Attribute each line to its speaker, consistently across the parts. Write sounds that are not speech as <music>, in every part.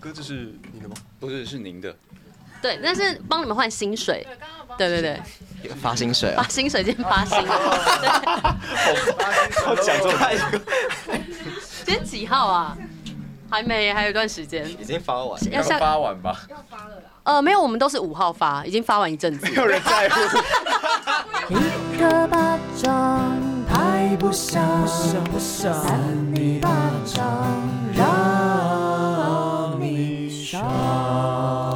Speaker 1: 鸽子是你的吗？
Speaker 2: 不是，是您的
Speaker 3: 对，但是帮你们换薪水，对对对，
Speaker 4: 发薪水
Speaker 3: 发
Speaker 4: 啊，
Speaker 3: 薪水兼发薪，
Speaker 1: 要讲这种，
Speaker 3: 今天几号啊？还没，还有一段时间。
Speaker 4: 已经发完了，
Speaker 3: 要下
Speaker 5: 发完吧，
Speaker 3: 呃没有，我们都是五号发，已经发完一阵子。
Speaker 4: 嗯
Speaker 1: 没有人在乎。
Speaker 6: 一个巴掌拍不响，三你巴掌让你爽。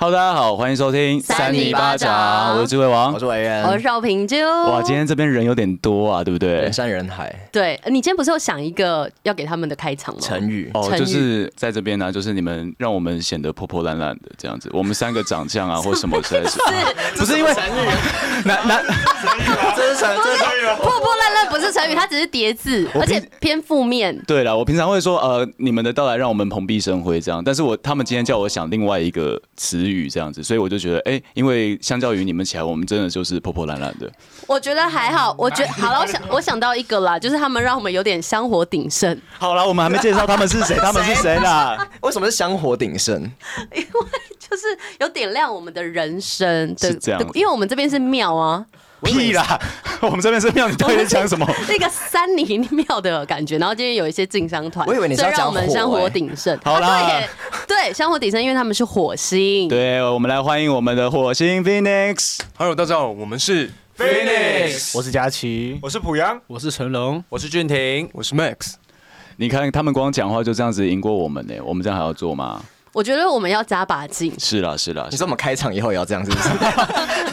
Speaker 2: Hello，大家好，欢迎收听
Speaker 3: 三里巴掌
Speaker 2: 我是智慧王
Speaker 4: 我。是伟人，
Speaker 3: 我是邵呃平啾。
Speaker 2: 哇，今天这边人有点多啊，对不对
Speaker 4: 人？山人海，
Speaker 3: 对呃你今天不是有想一个要给他们的开场吗？
Speaker 4: 成语
Speaker 2: 哦，
Speaker 3: 成语
Speaker 2: 就是在这边呢、就是你们让我们显得破破烂烂的这样子，我们三个长相啊或什么实在是， <laughs> 不是因为 <laughs> 男男
Speaker 4: 这是成这是
Speaker 3: 破破烂烂不是成语，它只是叠字，
Speaker 2: 我
Speaker 3: 而且
Speaker 2: 平
Speaker 3: 偏负面。
Speaker 2: 对啦，我平常会说呃你们的到来让我们蓬荜生辉这样，但是我他们今天叫我想另外一个词语这样子，所以我就觉得哎、因为相较于你们起来，我们真的就是破破烂烂的。
Speaker 3: 我觉得还好，我觉得好了，我 <laughs> 想我想到一个啦，就是他们让我们有点香火鼎盛，
Speaker 2: 好啦，我们还没介绍他们是谁，他们是谁啦？
Speaker 4: 为什么是香火鼎盛？
Speaker 3: 因为 <laughs> 就是有点亮我们的人生的，
Speaker 2: 是这样
Speaker 3: 的因为我们这边是庙啊，
Speaker 2: 屁啦，我们这边是庙，你到底在讲什么？
Speaker 3: 那个三里庙的感觉，然后今天有一些进商团，
Speaker 4: 我以为你是
Speaker 3: 所
Speaker 4: 要
Speaker 3: 以让
Speaker 4: 讲
Speaker 3: 我们香
Speaker 4: 火
Speaker 3: 火
Speaker 4: 欸
Speaker 3: 鼎盛，
Speaker 2: 好啦
Speaker 3: 啊对耶对，香火鼎盛，因为他们是火星，
Speaker 2: <laughs> 对，我们来欢迎我们的火星 Phoenix。
Speaker 1: Hello，大家好，我们是
Speaker 5: Phoenix 我是佳琪，
Speaker 1: 我是濮阳，
Speaker 5: 我是成龙，我是俊廷，
Speaker 1: 我是 Max。
Speaker 2: 你看他们光讲话就这样子赢过我们呢、我们这样还要做吗？
Speaker 3: 我觉得我们要加把 <laughs> 劲，
Speaker 2: 是啦是啦
Speaker 4: 你，说我们开场以后也要这样，是不
Speaker 3: <laughs>
Speaker 4: 是？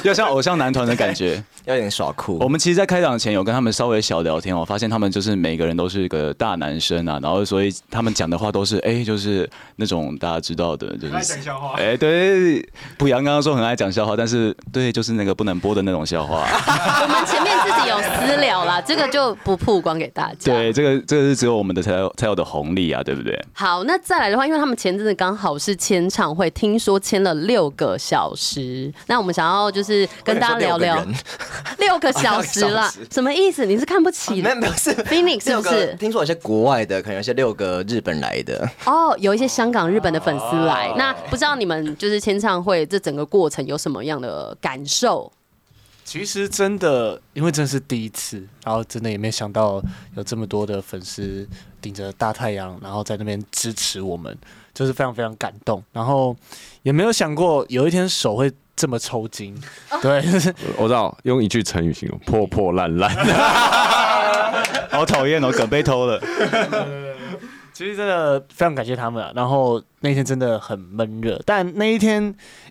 Speaker 2: 要像偶像男团的感 <laughs> 觉。
Speaker 4: 要有点耍酷
Speaker 2: 我。们其实，在开场前有跟他们稍微小聊天哦，发现他们就是每个人都是一个大男生啊，然后所以他们讲的话都是哎、就是那种大家知道的，就是
Speaker 1: 笑话
Speaker 2: 哎、对，濮阳刚刚说很爱讲笑话，但是对，就是那个不能播的那种笑 <laughs> 话。
Speaker 3: 我们前面自己有私聊啦，这个就不曝光给大家。
Speaker 2: 对，这个这个是只有我们的才有才有的红利啊，对不对？
Speaker 3: 好，那再来的话，因为他们前阵子刚好是签唱会，听说签了六个小时。那我们想要就是跟大家聊聊
Speaker 4: 我跟你说
Speaker 3: 六个小时啦
Speaker 4: <laughs> 六个小时，
Speaker 3: 什么意思？你是看不起
Speaker 4: 六个人，没有没有是
Speaker 3: Phoenix 是
Speaker 4: 六
Speaker 3: 不
Speaker 4: 个
Speaker 3: 是？
Speaker 4: 听说有些国外的，可能有些六个日本来的，
Speaker 3: 哦，有一些香港、日本的粉丝来，
Speaker 4: 啊
Speaker 3: 那不知道你们就是签唱会这整个过程有什么样的感受？
Speaker 5: 其实真的，因为真是第一次，然后真的也没想到有这么多的粉丝顶着大太阳，然后在那边支持我们，就是非常非常感动。然后也没有想过有一天手会这么抽筋，对，
Speaker 7: 我知道，用一句成语形容破破烂烂。
Speaker 2: 好讨厌哦，梗被偷了。
Speaker 5: 其实真的非常感谢他们啊。然后那天真的很闷热，但那一天，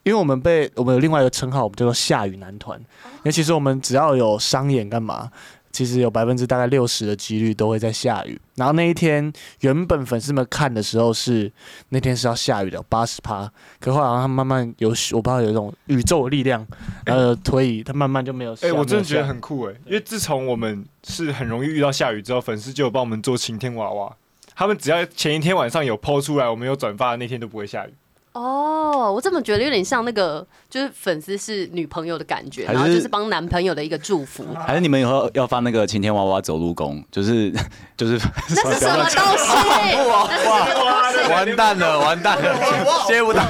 Speaker 5: 因为我们被我们有另外一个称号，我们叫做下雨男团。因为其实我们只要有商演干嘛，其实有百分之大概六十的几率都会在下雨。然后那一天，原本粉丝们看的时候是那天是要下雨的，八十趴。可后来好像慢慢有，我不知道有一种宇宙的力量，呃，推移，它慢慢就没有下。
Speaker 8: 哎、我真的觉得
Speaker 5: 没有下
Speaker 8: 很酷哎、因为自从我们是很容易遇到下雨之后，粉丝就有帮我们做晴天娃娃。他们只要前一天晚上有抛出来，我们有转发，那天都不会下雨。
Speaker 3: 哦，我怎么觉得有点像那个，就是粉丝是女朋友的感觉，
Speaker 2: 还
Speaker 3: 然后
Speaker 2: 是
Speaker 3: 就是帮男朋友的一个祝福。
Speaker 4: 啊
Speaker 2: 还是你们以后要发那个晴天娃娃走路工，就是就是
Speaker 3: 那是什么东西？
Speaker 4: <laughs>
Speaker 3: 那是什么东西
Speaker 7: 完蛋了，完蛋了，接不到。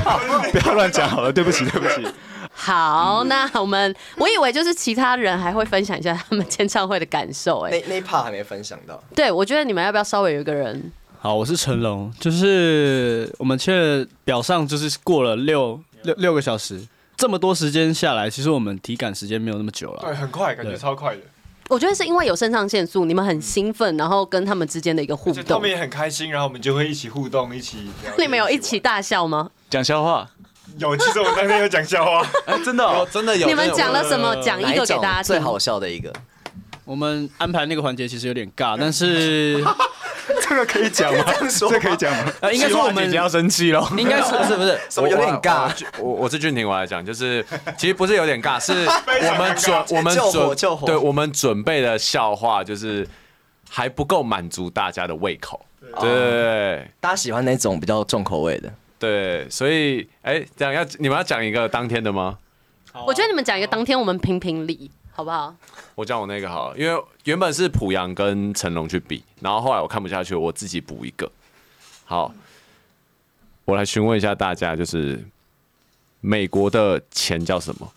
Speaker 2: 不要乱讲好了，对不起对不起。
Speaker 3: 好，那我们我以为就是其他人还会分享一下他们签唱会的感受、哎
Speaker 4: 那，那一 part 还没分享到。
Speaker 3: 对我觉得你们要不要稍微有一个人？
Speaker 9: 好，我是成龙，就是我们确表上就是过了六六六个小时，这么多时间下来，其实我们体感时间没有那么久
Speaker 8: 对，
Speaker 9: 了。
Speaker 8: 很快，感觉
Speaker 9: 对
Speaker 8: 超快的。
Speaker 3: 我觉得是因为有肾上腺素，你们很兴奋，然后跟他们之间的一个互
Speaker 8: 而且他
Speaker 3: 动
Speaker 8: 们。也很开心，然后我们就会一起互动，一起聊天。
Speaker 3: 你们有一起大笑吗？
Speaker 2: 讲笑话，
Speaker 8: 玩有，其实我们当天有讲笑 <laughs> 话，
Speaker 2: 哎、真的、哦，
Speaker 4: 真的有
Speaker 3: 你们讲了什么？讲
Speaker 4: 哪
Speaker 3: 一个给大家
Speaker 4: 最
Speaker 3: 听。
Speaker 4: 好笑的一个？
Speaker 9: 我们安排那个环节其实有点尬，但是
Speaker 8: 这个可以讲吗？这可以讲吗？
Speaker 9: 呃，应该说我们
Speaker 5: 姐姐要生气喽。
Speaker 9: 应
Speaker 4: <laughs>
Speaker 9: 该是不是不是
Speaker 4: 什么有点尬？
Speaker 7: 我我是俊廷，我来讲，就是其实不是有
Speaker 4: <laughs>
Speaker 7: 点尬，是我们准我们
Speaker 4: 救火
Speaker 7: 准
Speaker 4: 救火
Speaker 7: 对我们准备的笑话就是还不够满足大家的胃口。对
Speaker 4: 大家喜欢那种比较重口味的？
Speaker 7: 对，所以哎，这样要你们要讲一个当天的吗？
Speaker 3: 我觉得你们讲一个当天我们评评理，好不好？
Speaker 7: 我讲我那个好了，因为原本是濮阳跟成龙去比，然后后来我看不下去，我自己补一个。好，我来询问一下大家，就是美国的钱叫什么？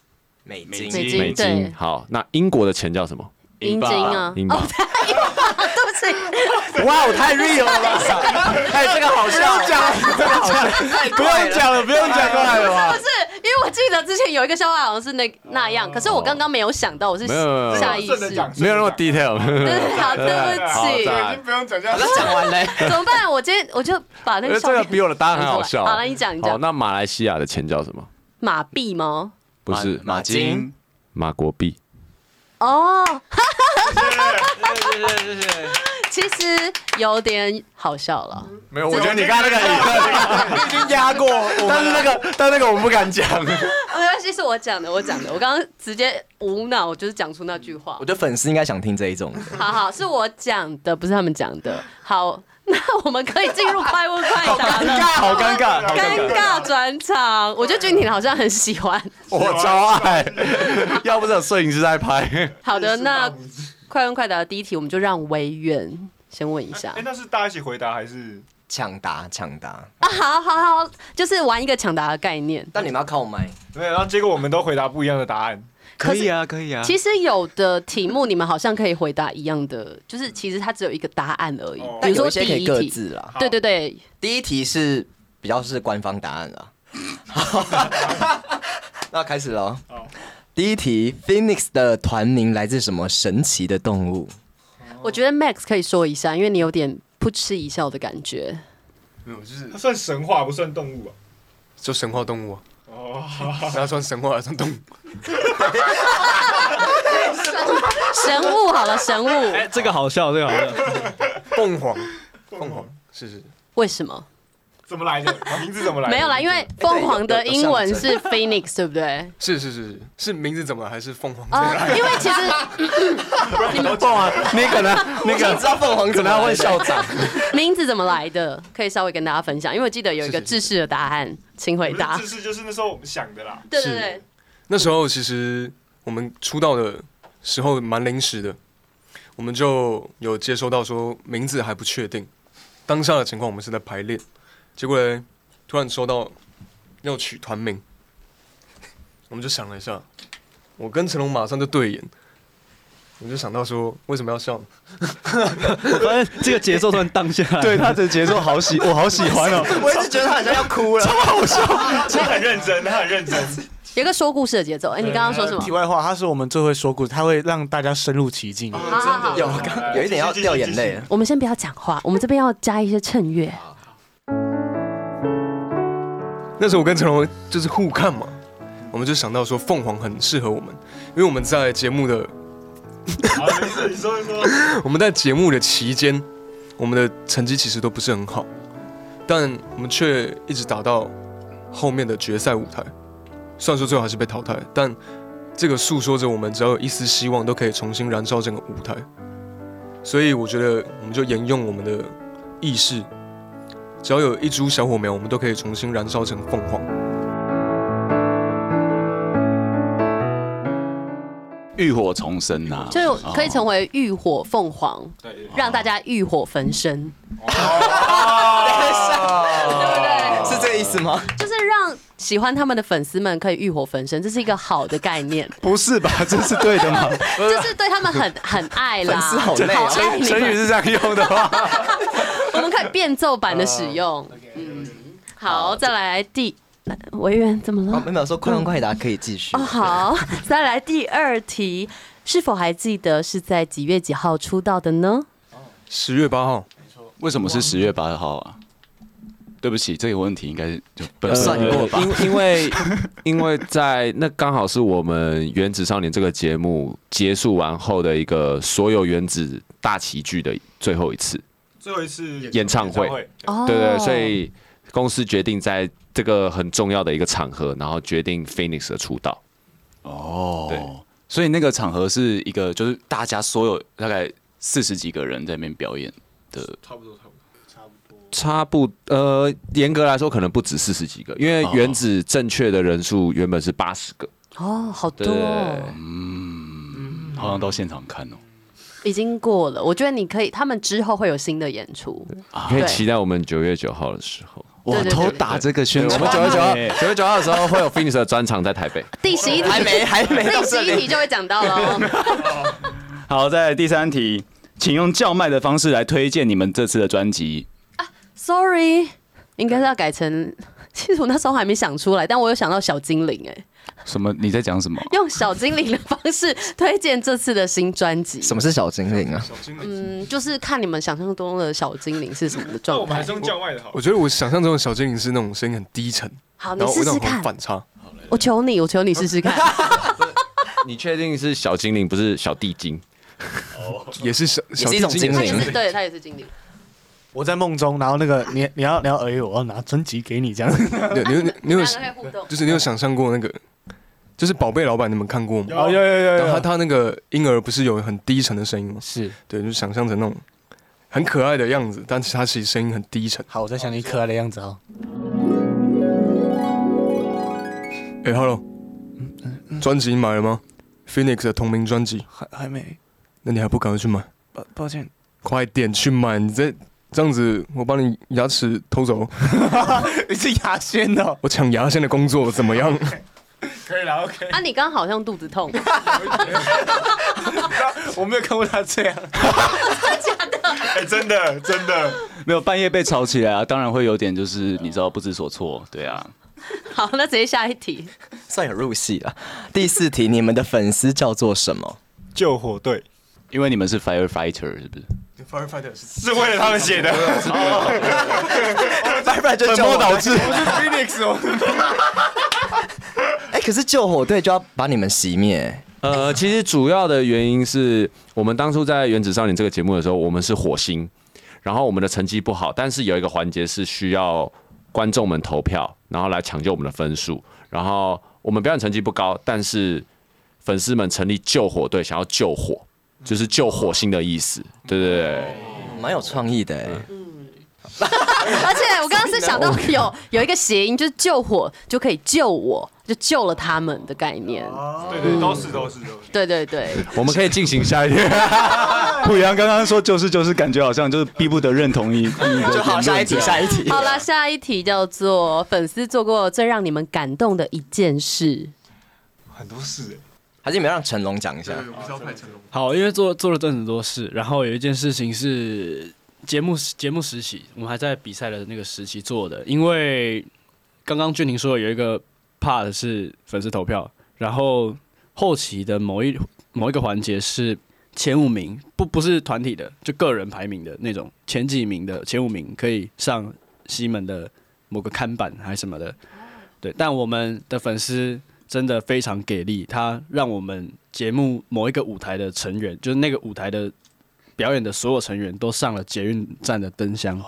Speaker 4: 美
Speaker 2: 美
Speaker 4: 金
Speaker 2: 金
Speaker 7: 美
Speaker 3: 金
Speaker 7: 金
Speaker 3: 对。
Speaker 7: 好，那英国的钱叫什么？
Speaker 3: 银金啊，
Speaker 7: 英镑。
Speaker 4: 哇，我太 real 了吧！哎，这个好笑，这个好笑，不用讲了，不用讲了。
Speaker 3: 不是，因为我记得之前有一个笑话好像是
Speaker 7: <laughs>
Speaker 3: 那那样，可是我刚刚没有想到，我是
Speaker 7: 哦没有没有没有
Speaker 3: 下意识。
Speaker 7: <laughs> 没有那么 detail。
Speaker 3: <laughs> 啊对， <laughs> 好，对不起，
Speaker 7: 好
Speaker 8: 已经不用讲这样
Speaker 4: 好，像讲完嘞。
Speaker 3: 怎么办？我今天我就把那
Speaker 7: 因为
Speaker 3: 个
Speaker 7: 这
Speaker 3: 笑
Speaker 7: 个
Speaker 3: 点
Speaker 7: 比我的答案很好笑。
Speaker 3: 好了你讲你讲
Speaker 7: 好，那马来西亚的钱叫什么？
Speaker 3: 马币吗？
Speaker 7: 不是
Speaker 2: 马
Speaker 4: 金
Speaker 2: 金，
Speaker 7: 马国币。
Speaker 3: 哦，
Speaker 9: 谢谢谢谢。
Speaker 3: 其实有点好笑了。
Speaker 7: 没有，我觉得你刚才那个已经压过，但是那个但那个我们不敢讲。
Speaker 3: 没关系，是我讲的，我讲的，我刚刚直接无脑就是讲出那句话
Speaker 4: 我。觉得粉丝应该想听这一种的。
Speaker 3: 好好，是我讲的，不是他们讲的。好， <laughs> 那我们可以进入快问快答了。
Speaker 7: 好尴尬，好尴
Speaker 3: 尴
Speaker 7: 尬，
Speaker 3: 尬转场，我觉得俊廷好像很喜欢。
Speaker 7: <laughs> 我超爱，要不是有摄影师在拍，
Speaker 3: 好的，那快问快答的第一题，我们就让维远先问一下
Speaker 8: 哎，。那是大家一起回答还是？
Speaker 4: 抢答，抢答，
Speaker 3: 啊，好好好，就是玩一个抢答的概念。
Speaker 4: 但你们要靠麦，
Speaker 8: 没有，然后结果我们都回答不一样的答案。
Speaker 3: 可是
Speaker 2: 啊，可以啊
Speaker 3: 其实有的题目你们好像可以回答一样的，就是其实它只有一个答案而已
Speaker 8: 哦。
Speaker 3: 比
Speaker 4: 但
Speaker 3: 如
Speaker 4: 有
Speaker 3: 说
Speaker 4: 一些
Speaker 3: 第
Speaker 4: 可
Speaker 3: 一
Speaker 4: 以各
Speaker 3: 题，
Speaker 4: 自啦。
Speaker 3: 对对对，
Speaker 4: 第一题是比较是官方答案了。那开始喽
Speaker 8: 好。
Speaker 4: 第一题，Phoenix 的团名来自什么神奇的动物？
Speaker 3: 我觉得 Max 可以说一下，因为你有点扑哧一笑的感觉。
Speaker 1: 没有，就是
Speaker 8: 它算神话不算动物啊？
Speaker 1: 就神话动物啊，
Speaker 8: 哦，
Speaker 1: 然后算神话，算动物。
Speaker 3: 神物好了，神物，
Speaker 9: 哎，这个好笑，这个好笑。
Speaker 1: 凤凰，凤凰，是是，
Speaker 3: 为什么？
Speaker 8: 怎么来 <laughs> 的？名字怎么来的？
Speaker 3: 没有
Speaker 4: 哎
Speaker 3: 啦，因为凤凰的英文是 Phoenix，对不
Speaker 4: <laughs>
Speaker 3: 对？
Speaker 1: 是是是是是名字怎么了？还是凤凰？
Speaker 3: 啊，因为其
Speaker 4: <laughs>
Speaker 3: 实
Speaker 7: 凤凰，你可能你
Speaker 4: 我想知道凤凰可能会校长。
Speaker 3: 名字怎么来的，可以稍微跟大家分享，因为我记得有一个
Speaker 1: 是
Speaker 3: 制式的答案，请回答
Speaker 8: 这。是就是那时候我们想的啦。
Speaker 3: 对对对，
Speaker 1: 那时候其实我们出道的时候蛮临时的，我们就有接收到说名字还不确定，当下的情况我们是在排练，结果嘞突然收到要取团名， <laughs> 我们就想了一下，我跟成龙马上就对眼，我就想到说为什么要笑呢？
Speaker 9: 我发现这个节奏突然荡下来。
Speaker 2: 对他的节奏好喜，我好喜欢哦。
Speaker 4: 我一直觉得他好像要哭了。
Speaker 8: 他很认真，他很认真。
Speaker 3: 有一个说故事的节奏。哎，你刚刚说什么
Speaker 5: 呃题？外话，他是我们最会说故事，他会让大家深入其境。
Speaker 3: 好好好，
Speaker 4: <laughs> 有，刚有一点要掉眼泪了。
Speaker 3: 我们先不要讲话，我们这边要加一些衬乐。
Speaker 1: 那时候我跟成龙就是互看嘛，我们就想到说凤凰很适合我们，因为我们在节目的
Speaker 8: 好，没事，你说一说。
Speaker 1: 我们在节目的期间，我们的成绩其实都不是很好，但我们却一直打到后面的决赛舞台。虽然说最后还是被淘汰，但这个诉说着我们只要有一丝希望，都可以重新燃烧整个舞台。所以我觉得我们就沿用我们的意识，只要有一株小火苗，我们都可以重新燃烧成凤凰。
Speaker 2: 浴火重生呐，
Speaker 3: 就可以成为浴火凤凰，
Speaker 8: 对
Speaker 3: 让大家浴火焚身，
Speaker 4: <laughs> 是这个意思吗？
Speaker 3: 就是让喜欢他们的粉丝们可以浴火焚身，这是一个好的概念，
Speaker 2: 不是吧？这是对的吗？
Speaker 3: 就是对他们很很爱啦，
Speaker 4: 粉丝好累啊
Speaker 3: 爱你
Speaker 2: 成语
Speaker 3: 们，
Speaker 2: 是这样用的
Speaker 7: <laughs>
Speaker 2: 吗？
Speaker 3: 我们可以变奏版的使用。嗯，好，再来第，维园怎么
Speaker 4: 哦，
Speaker 3: 了？
Speaker 4: 没有说快问快答可以继续
Speaker 3: 哦，。好，再来第二题，是否还记得是在几月几号出道的呢？
Speaker 1: 十月八号，
Speaker 2: 为什么是十月八号啊？对不起，这个问题应该就本
Speaker 4: 呃算
Speaker 2: 身
Speaker 4: 过吧
Speaker 7: 因因为因为在那刚好是我们《原子少年》这个节目结束完后的一个所有原子大齐聚的最后一次，
Speaker 8: 最后一次
Speaker 7: 演唱会
Speaker 3: 哦，
Speaker 7: 对对，所以公司决定在这个很重要的一个场合，然后决定 Phoenix 的出道。对
Speaker 2: 哦。所以那个场合是一个，就是大家所有大概四十几个人在那边表演的，
Speaker 7: 差不呃，严格来说可能不止四十几个，因为
Speaker 2: 哦
Speaker 7: 原子正确的人数原本是八十个。
Speaker 3: 哦，好多
Speaker 7: 对
Speaker 3: 哦、
Speaker 2: 嗯，好想到现场看哦。
Speaker 3: 已经过了，我觉得你可以，他们之后会有新的演出。
Speaker 7: 可以期待我们九月九号的时候，
Speaker 2: 哇，
Speaker 3: 对对对
Speaker 2: 头打这个宣
Speaker 7: 对我
Speaker 2: 传，
Speaker 7: 们九月九号，九月九号的时候会有 Phoenix 的专场在台北。
Speaker 3: 第十一题
Speaker 4: 还没还没
Speaker 3: 第
Speaker 4: 到这
Speaker 3: 十一
Speaker 4: 里
Speaker 3: 题就会讲到了
Speaker 4: <laughs>
Speaker 3: 哦。
Speaker 2: 好，在第三题，请用叫卖的方式来推荐你们这次的专辑。
Speaker 3: Sorry，应该是要改成。其实我那时候还没想出来，但我有想到小精灵，哎，
Speaker 2: 什么？你在讲什么？
Speaker 3: 用小精灵的方式推荐这次的新专辑。
Speaker 4: 什么是小精灵啊？
Speaker 3: 嗯，就是看你们想象中的小精灵是什么的
Speaker 8: 那
Speaker 3: 状
Speaker 8: 我们还
Speaker 3: 态
Speaker 8: 是。用叫卖的好。
Speaker 1: 我觉得我想象中的小精灵是那种声音很低沉，
Speaker 3: 好，哦你
Speaker 1: 然后
Speaker 3: 试
Speaker 1: 那
Speaker 3: 试
Speaker 1: 种
Speaker 3: 看
Speaker 1: 很，反差。
Speaker 3: 我求你，我求你试试
Speaker 4: <laughs>
Speaker 3: 看。
Speaker 7: 你确定是小精灵，不是小地精？
Speaker 1: 也是小
Speaker 4: 是
Speaker 1: 小
Speaker 4: 一种
Speaker 1: 精
Speaker 3: 他
Speaker 4: 精
Speaker 3: 也
Speaker 4: 灵
Speaker 3: 是，对他也是精灵。
Speaker 5: 我在梦中，然后那个你你要你要哎，我要拿专辑给你这样。
Speaker 1: 对，你有你你
Speaker 3: 两 <laughs> 个
Speaker 1: 有
Speaker 3: 可以互
Speaker 4: <laughs>
Speaker 3: 动。
Speaker 1: 就是你有想象过那个，就是宝贝老板，你们看过吗？
Speaker 5: <laughs> 哦，有有有
Speaker 1: 然后他
Speaker 5: 有，
Speaker 1: 他那个婴儿不是有很低沉的声音吗？
Speaker 5: 是
Speaker 1: 对，就想象成那种很可爱的样子，但是他其实声音很低沉。
Speaker 5: 好，我在想你可爱的样子哦。
Speaker 1: 哎，Hello，专辑你买了吗？Phoenix 的同名专辑，
Speaker 5: 还还没，
Speaker 1: 那你还不赶快去买？
Speaker 5: 抱抱歉，
Speaker 1: 快点去买！你这这样子，我把你牙齿偷走，
Speaker 5: 你 <laughs> 是牙仙哦。
Speaker 1: 我抢牙仙的工作怎么
Speaker 5: <laughs>
Speaker 1: 样？
Speaker 8: 可以了，OK。
Speaker 3: 啊，你刚刚好像肚子
Speaker 4: <laughs>
Speaker 3: 痛，
Speaker 5: 我没有看过他这样，
Speaker 8: 哎， <laughs> 真的真的，
Speaker 2: 没有半夜被吵起来啊，当然会有点就是你知道不知所措，对啊。
Speaker 3: 好，那直接下一题。
Speaker 4: 算有入戏了。第四题，你们的粉丝叫做什么？
Speaker 8: 救火队
Speaker 2: 因为你们是 firefighter 是不是？
Speaker 8: 是为了他们写的，
Speaker 4: 拜拜，就
Speaker 8: 本
Speaker 4: 救
Speaker 8: 末
Speaker 4: 火
Speaker 8: 倒
Speaker 4: 队。
Speaker 8: 置。我是 Phoenix 哦。
Speaker 4: 哎，可是救火队就要把你们熄灭。
Speaker 7: 呃，其实主要的原因是我们当初在《原子少年》这个节目的时候，我们是火星，然后我们的成绩不好，但是有一个环节是需要观众们投票，然后来抢救我们的分数。然后我们表演成绩不高，但是粉丝们成立救火队，想要救火，就是救火星的意思。对对对，
Speaker 4: 蛮有创意的哎、
Speaker 3: <laughs> 而且我刚刚是想到有有一个谐音，就是救火就可以救我，就救了他们的概念。
Speaker 8: <laughs> 对对，都是都是都是。
Speaker 3: 对对对，
Speaker 7: 我们可以进行下一页。
Speaker 2: 濮阳刚刚说就是就是，感觉好像就是逼不得认同一一个
Speaker 4: 就好，下一题，下一题。
Speaker 3: 好了，下一题叫做粉丝做过最让你们感动的一件事。
Speaker 8: 很多事
Speaker 4: 还是你们让成龙讲一下。
Speaker 9: 好，因为做做了这很多事，然后有一件事情是节目节目实习，我们还在比赛的那个时期做的，因为刚刚俊廷说的有一个 part 是粉丝投票，然后后期的某一某一个环节是前五名，不不是团体的，就个人排名的那种，前几名的前五名可以上西门的某个看板还是什么的，对，但我们的粉丝真的非常给力，他让我们节目某一个舞台的成员，就是那个舞台的表演的所有成员都上了捷运站的灯箱。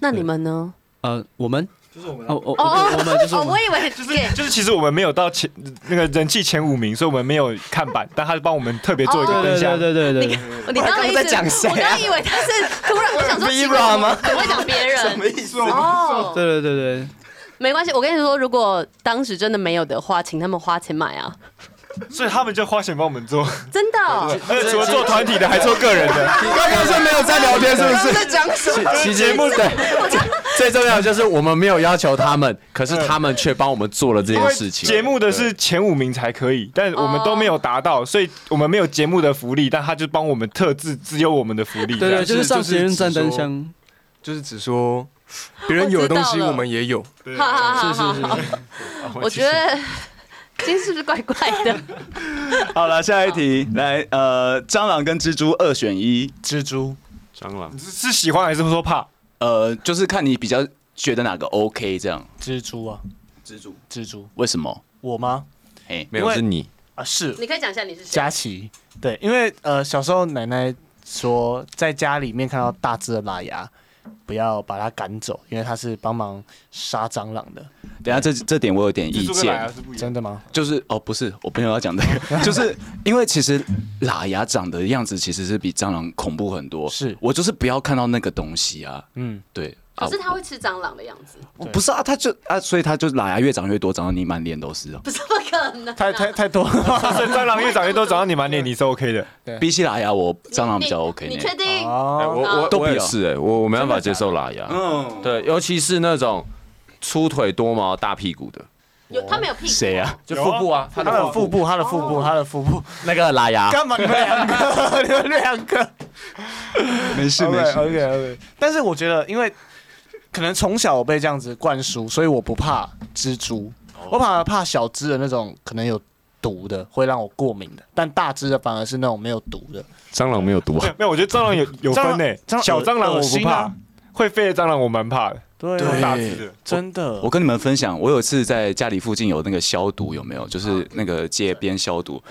Speaker 3: 那你们呢？
Speaker 9: 呃，我们
Speaker 8: 就是我们
Speaker 9: 哦哦哦，对我们就是我
Speaker 3: 哦，我
Speaker 9: 们。
Speaker 3: 以为
Speaker 8: 就是
Speaker 3: 给
Speaker 8: 就是，其实我们没有到前那个人气前五名，所以我们没有看板，但他帮我们特别做
Speaker 4: 啊
Speaker 8: 一个
Speaker 9: 对
Speaker 8: 灯
Speaker 9: 对
Speaker 8: 箱。
Speaker 9: 对对对对，
Speaker 3: 你刚刚一直
Speaker 4: 我在讲谁啊
Speaker 3: 我刚刚以为他是突然，我想说
Speaker 4: Vera
Speaker 3: 奇怪我
Speaker 4: 吗
Speaker 3: 怎么会讲别人？
Speaker 4: 意思？
Speaker 3: 哦，
Speaker 9: 对对对对，
Speaker 3: 没关系，我跟你说，如果当时真的没有的话，请他们花钱买啊，
Speaker 8: 所以他们就花钱帮我
Speaker 4: <laughs>
Speaker 8: 们做，
Speaker 3: 真的哦。
Speaker 8: 而且除了做团体的，还做个人的。
Speaker 7: 刚刚是没有在聊天，是不是？
Speaker 4: 在讲什么？
Speaker 7: 其节目对，最重要的就是我们没有要求他们，可是他们却帮我们做了这
Speaker 8: 因
Speaker 7: 件
Speaker 8: 为
Speaker 7: 事情。
Speaker 8: 节目的是前五名才可以，但我们都没有达到，所以我们没有节目的福利，但他就帮我们特制只有我们的福利。
Speaker 9: 对
Speaker 8: 这
Speaker 9: 对，
Speaker 8: 样
Speaker 9: 就是上捷运站灯
Speaker 1: 就是
Speaker 9: 箱，
Speaker 1: 就是只说别人有的东西我们也有，
Speaker 8: 对
Speaker 3: 哈哈哈
Speaker 9: 是
Speaker 3: 哈
Speaker 9: 是
Speaker 3: 哈！
Speaker 9: 是，
Speaker 3: 我觉得今天是不是怪怪的？
Speaker 2: <laughs> 好了，下一题，来，呃，蟑螂跟蜘蛛二选一，
Speaker 5: 蜘蛛，
Speaker 7: 蟑螂，
Speaker 8: 是喜欢还是说怕？
Speaker 2: 呃，就是看你比较觉得哪个 OK 这样。
Speaker 5: 蜘蛛啊，
Speaker 2: 蜘蛛
Speaker 5: 蜘蛛，
Speaker 2: 为什么？
Speaker 5: 我吗？
Speaker 2: 哎，
Speaker 7: 没有是你，
Speaker 5: 啊，是
Speaker 3: 你可以讲一下你是谁？
Speaker 2: 啊
Speaker 5: 佳琪。对，因为呃，小时候奶奶说，在家里面看到大只的拉牙，不要把它赶走，因为它是帮忙杀蟑螂的。
Speaker 2: 等一下这这点我有点意
Speaker 8: 蜘蛛跟
Speaker 2: 见
Speaker 8: 莱，雅是不一样
Speaker 5: 真的吗？
Speaker 2: 就是哦，不是，我朋友要讲的，就是因为其实喇牙长的样子其实是比蟑螂恐怖很多。
Speaker 5: 是
Speaker 2: 我就是不要看到那个东西啊。
Speaker 5: 嗯，
Speaker 2: 对，
Speaker 3: 可是他会吃蟑螂的样子，
Speaker 2: 我不是啊，他就啊，所以他就懒啊，越长越多，长到你满脸都是啊。
Speaker 3: 不是不可能啊。
Speaker 5: 太太太多了。
Speaker 8: 所以蟑螂越长越多，长到你满脸，你是 OK 的。
Speaker 2: 比起来呀，我蟑螂比较
Speaker 3: 你
Speaker 2: OK
Speaker 3: 你
Speaker 2: 呢。
Speaker 3: 确
Speaker 5: <laughs>
Speaker 3: 定？
Speaker 7: 哎
Speaker 5: 哦，
Speaker 7: 我我
Speaker 2: 都
Speaker 7: 我
Speaker 2: 比
Speaker 7: 也
Speaker 2: 较
Speaker 7: 是哎，我我没办法接受拉牙，
Speaker 2: 嗯，
Speaker 7: 对，尤其是那种粗腿多毛大屁股的，
Speaker 3: 有他没有屁股？
Speaker 2: 谁啊？
Speaker 7: 就
Speaker 8: 有
Speaker 7: 腹
Speaker 8: 啊
Speaker 7: 部啊，
Speaker 5: 他
Speaker 7: 他
Speaker 5: 的
Speaker 7: 的
Speaker 5: 腹
Speaker 7: 腹部
Speaker 5: 部，他的腹部，他的腹部，
Speaker 4: 那个拉
Speaker 5: <laughs>
Speaker 4: 牙，
Speaker 5: 干嘛你们两个？你们两 <laughs> 个。
Speaker 2: 没事
Speaker 5: OK
Speaker 2: 没
Speaker 5: OK
Speaker 2: 事，
Speaker 5: OK，但是我觉得，因为可能从小我被这样子灌输，所以我不怕蜘蛛，我反而怕小只的那种可能有毒的，会让我过敏的。但大只的反而是那种没有毒的。
Speaker 7: 蟑螂没有毒啊，
Speaker 8: 没有，我觉得蟑螂有有分诶
Speaker 5: 蟑螂蟑螂，
Speaker 8: 小蟑螂我
Speaker 5: 恶
Speaker 8: 不
Speaker 5: 心啊
Speaker 8: 怕，会飞的蟑螂我蛮怕的，
Speaker 5: 对
Speaker 8: 这种
Speaker 5: 啊
Speaker 8: 大只的。
Speaker 5: 真的
Speaker 2: 我。跟你们分享，我有一次在家里附近有那个消毒，有没有？就是那个街边消毒。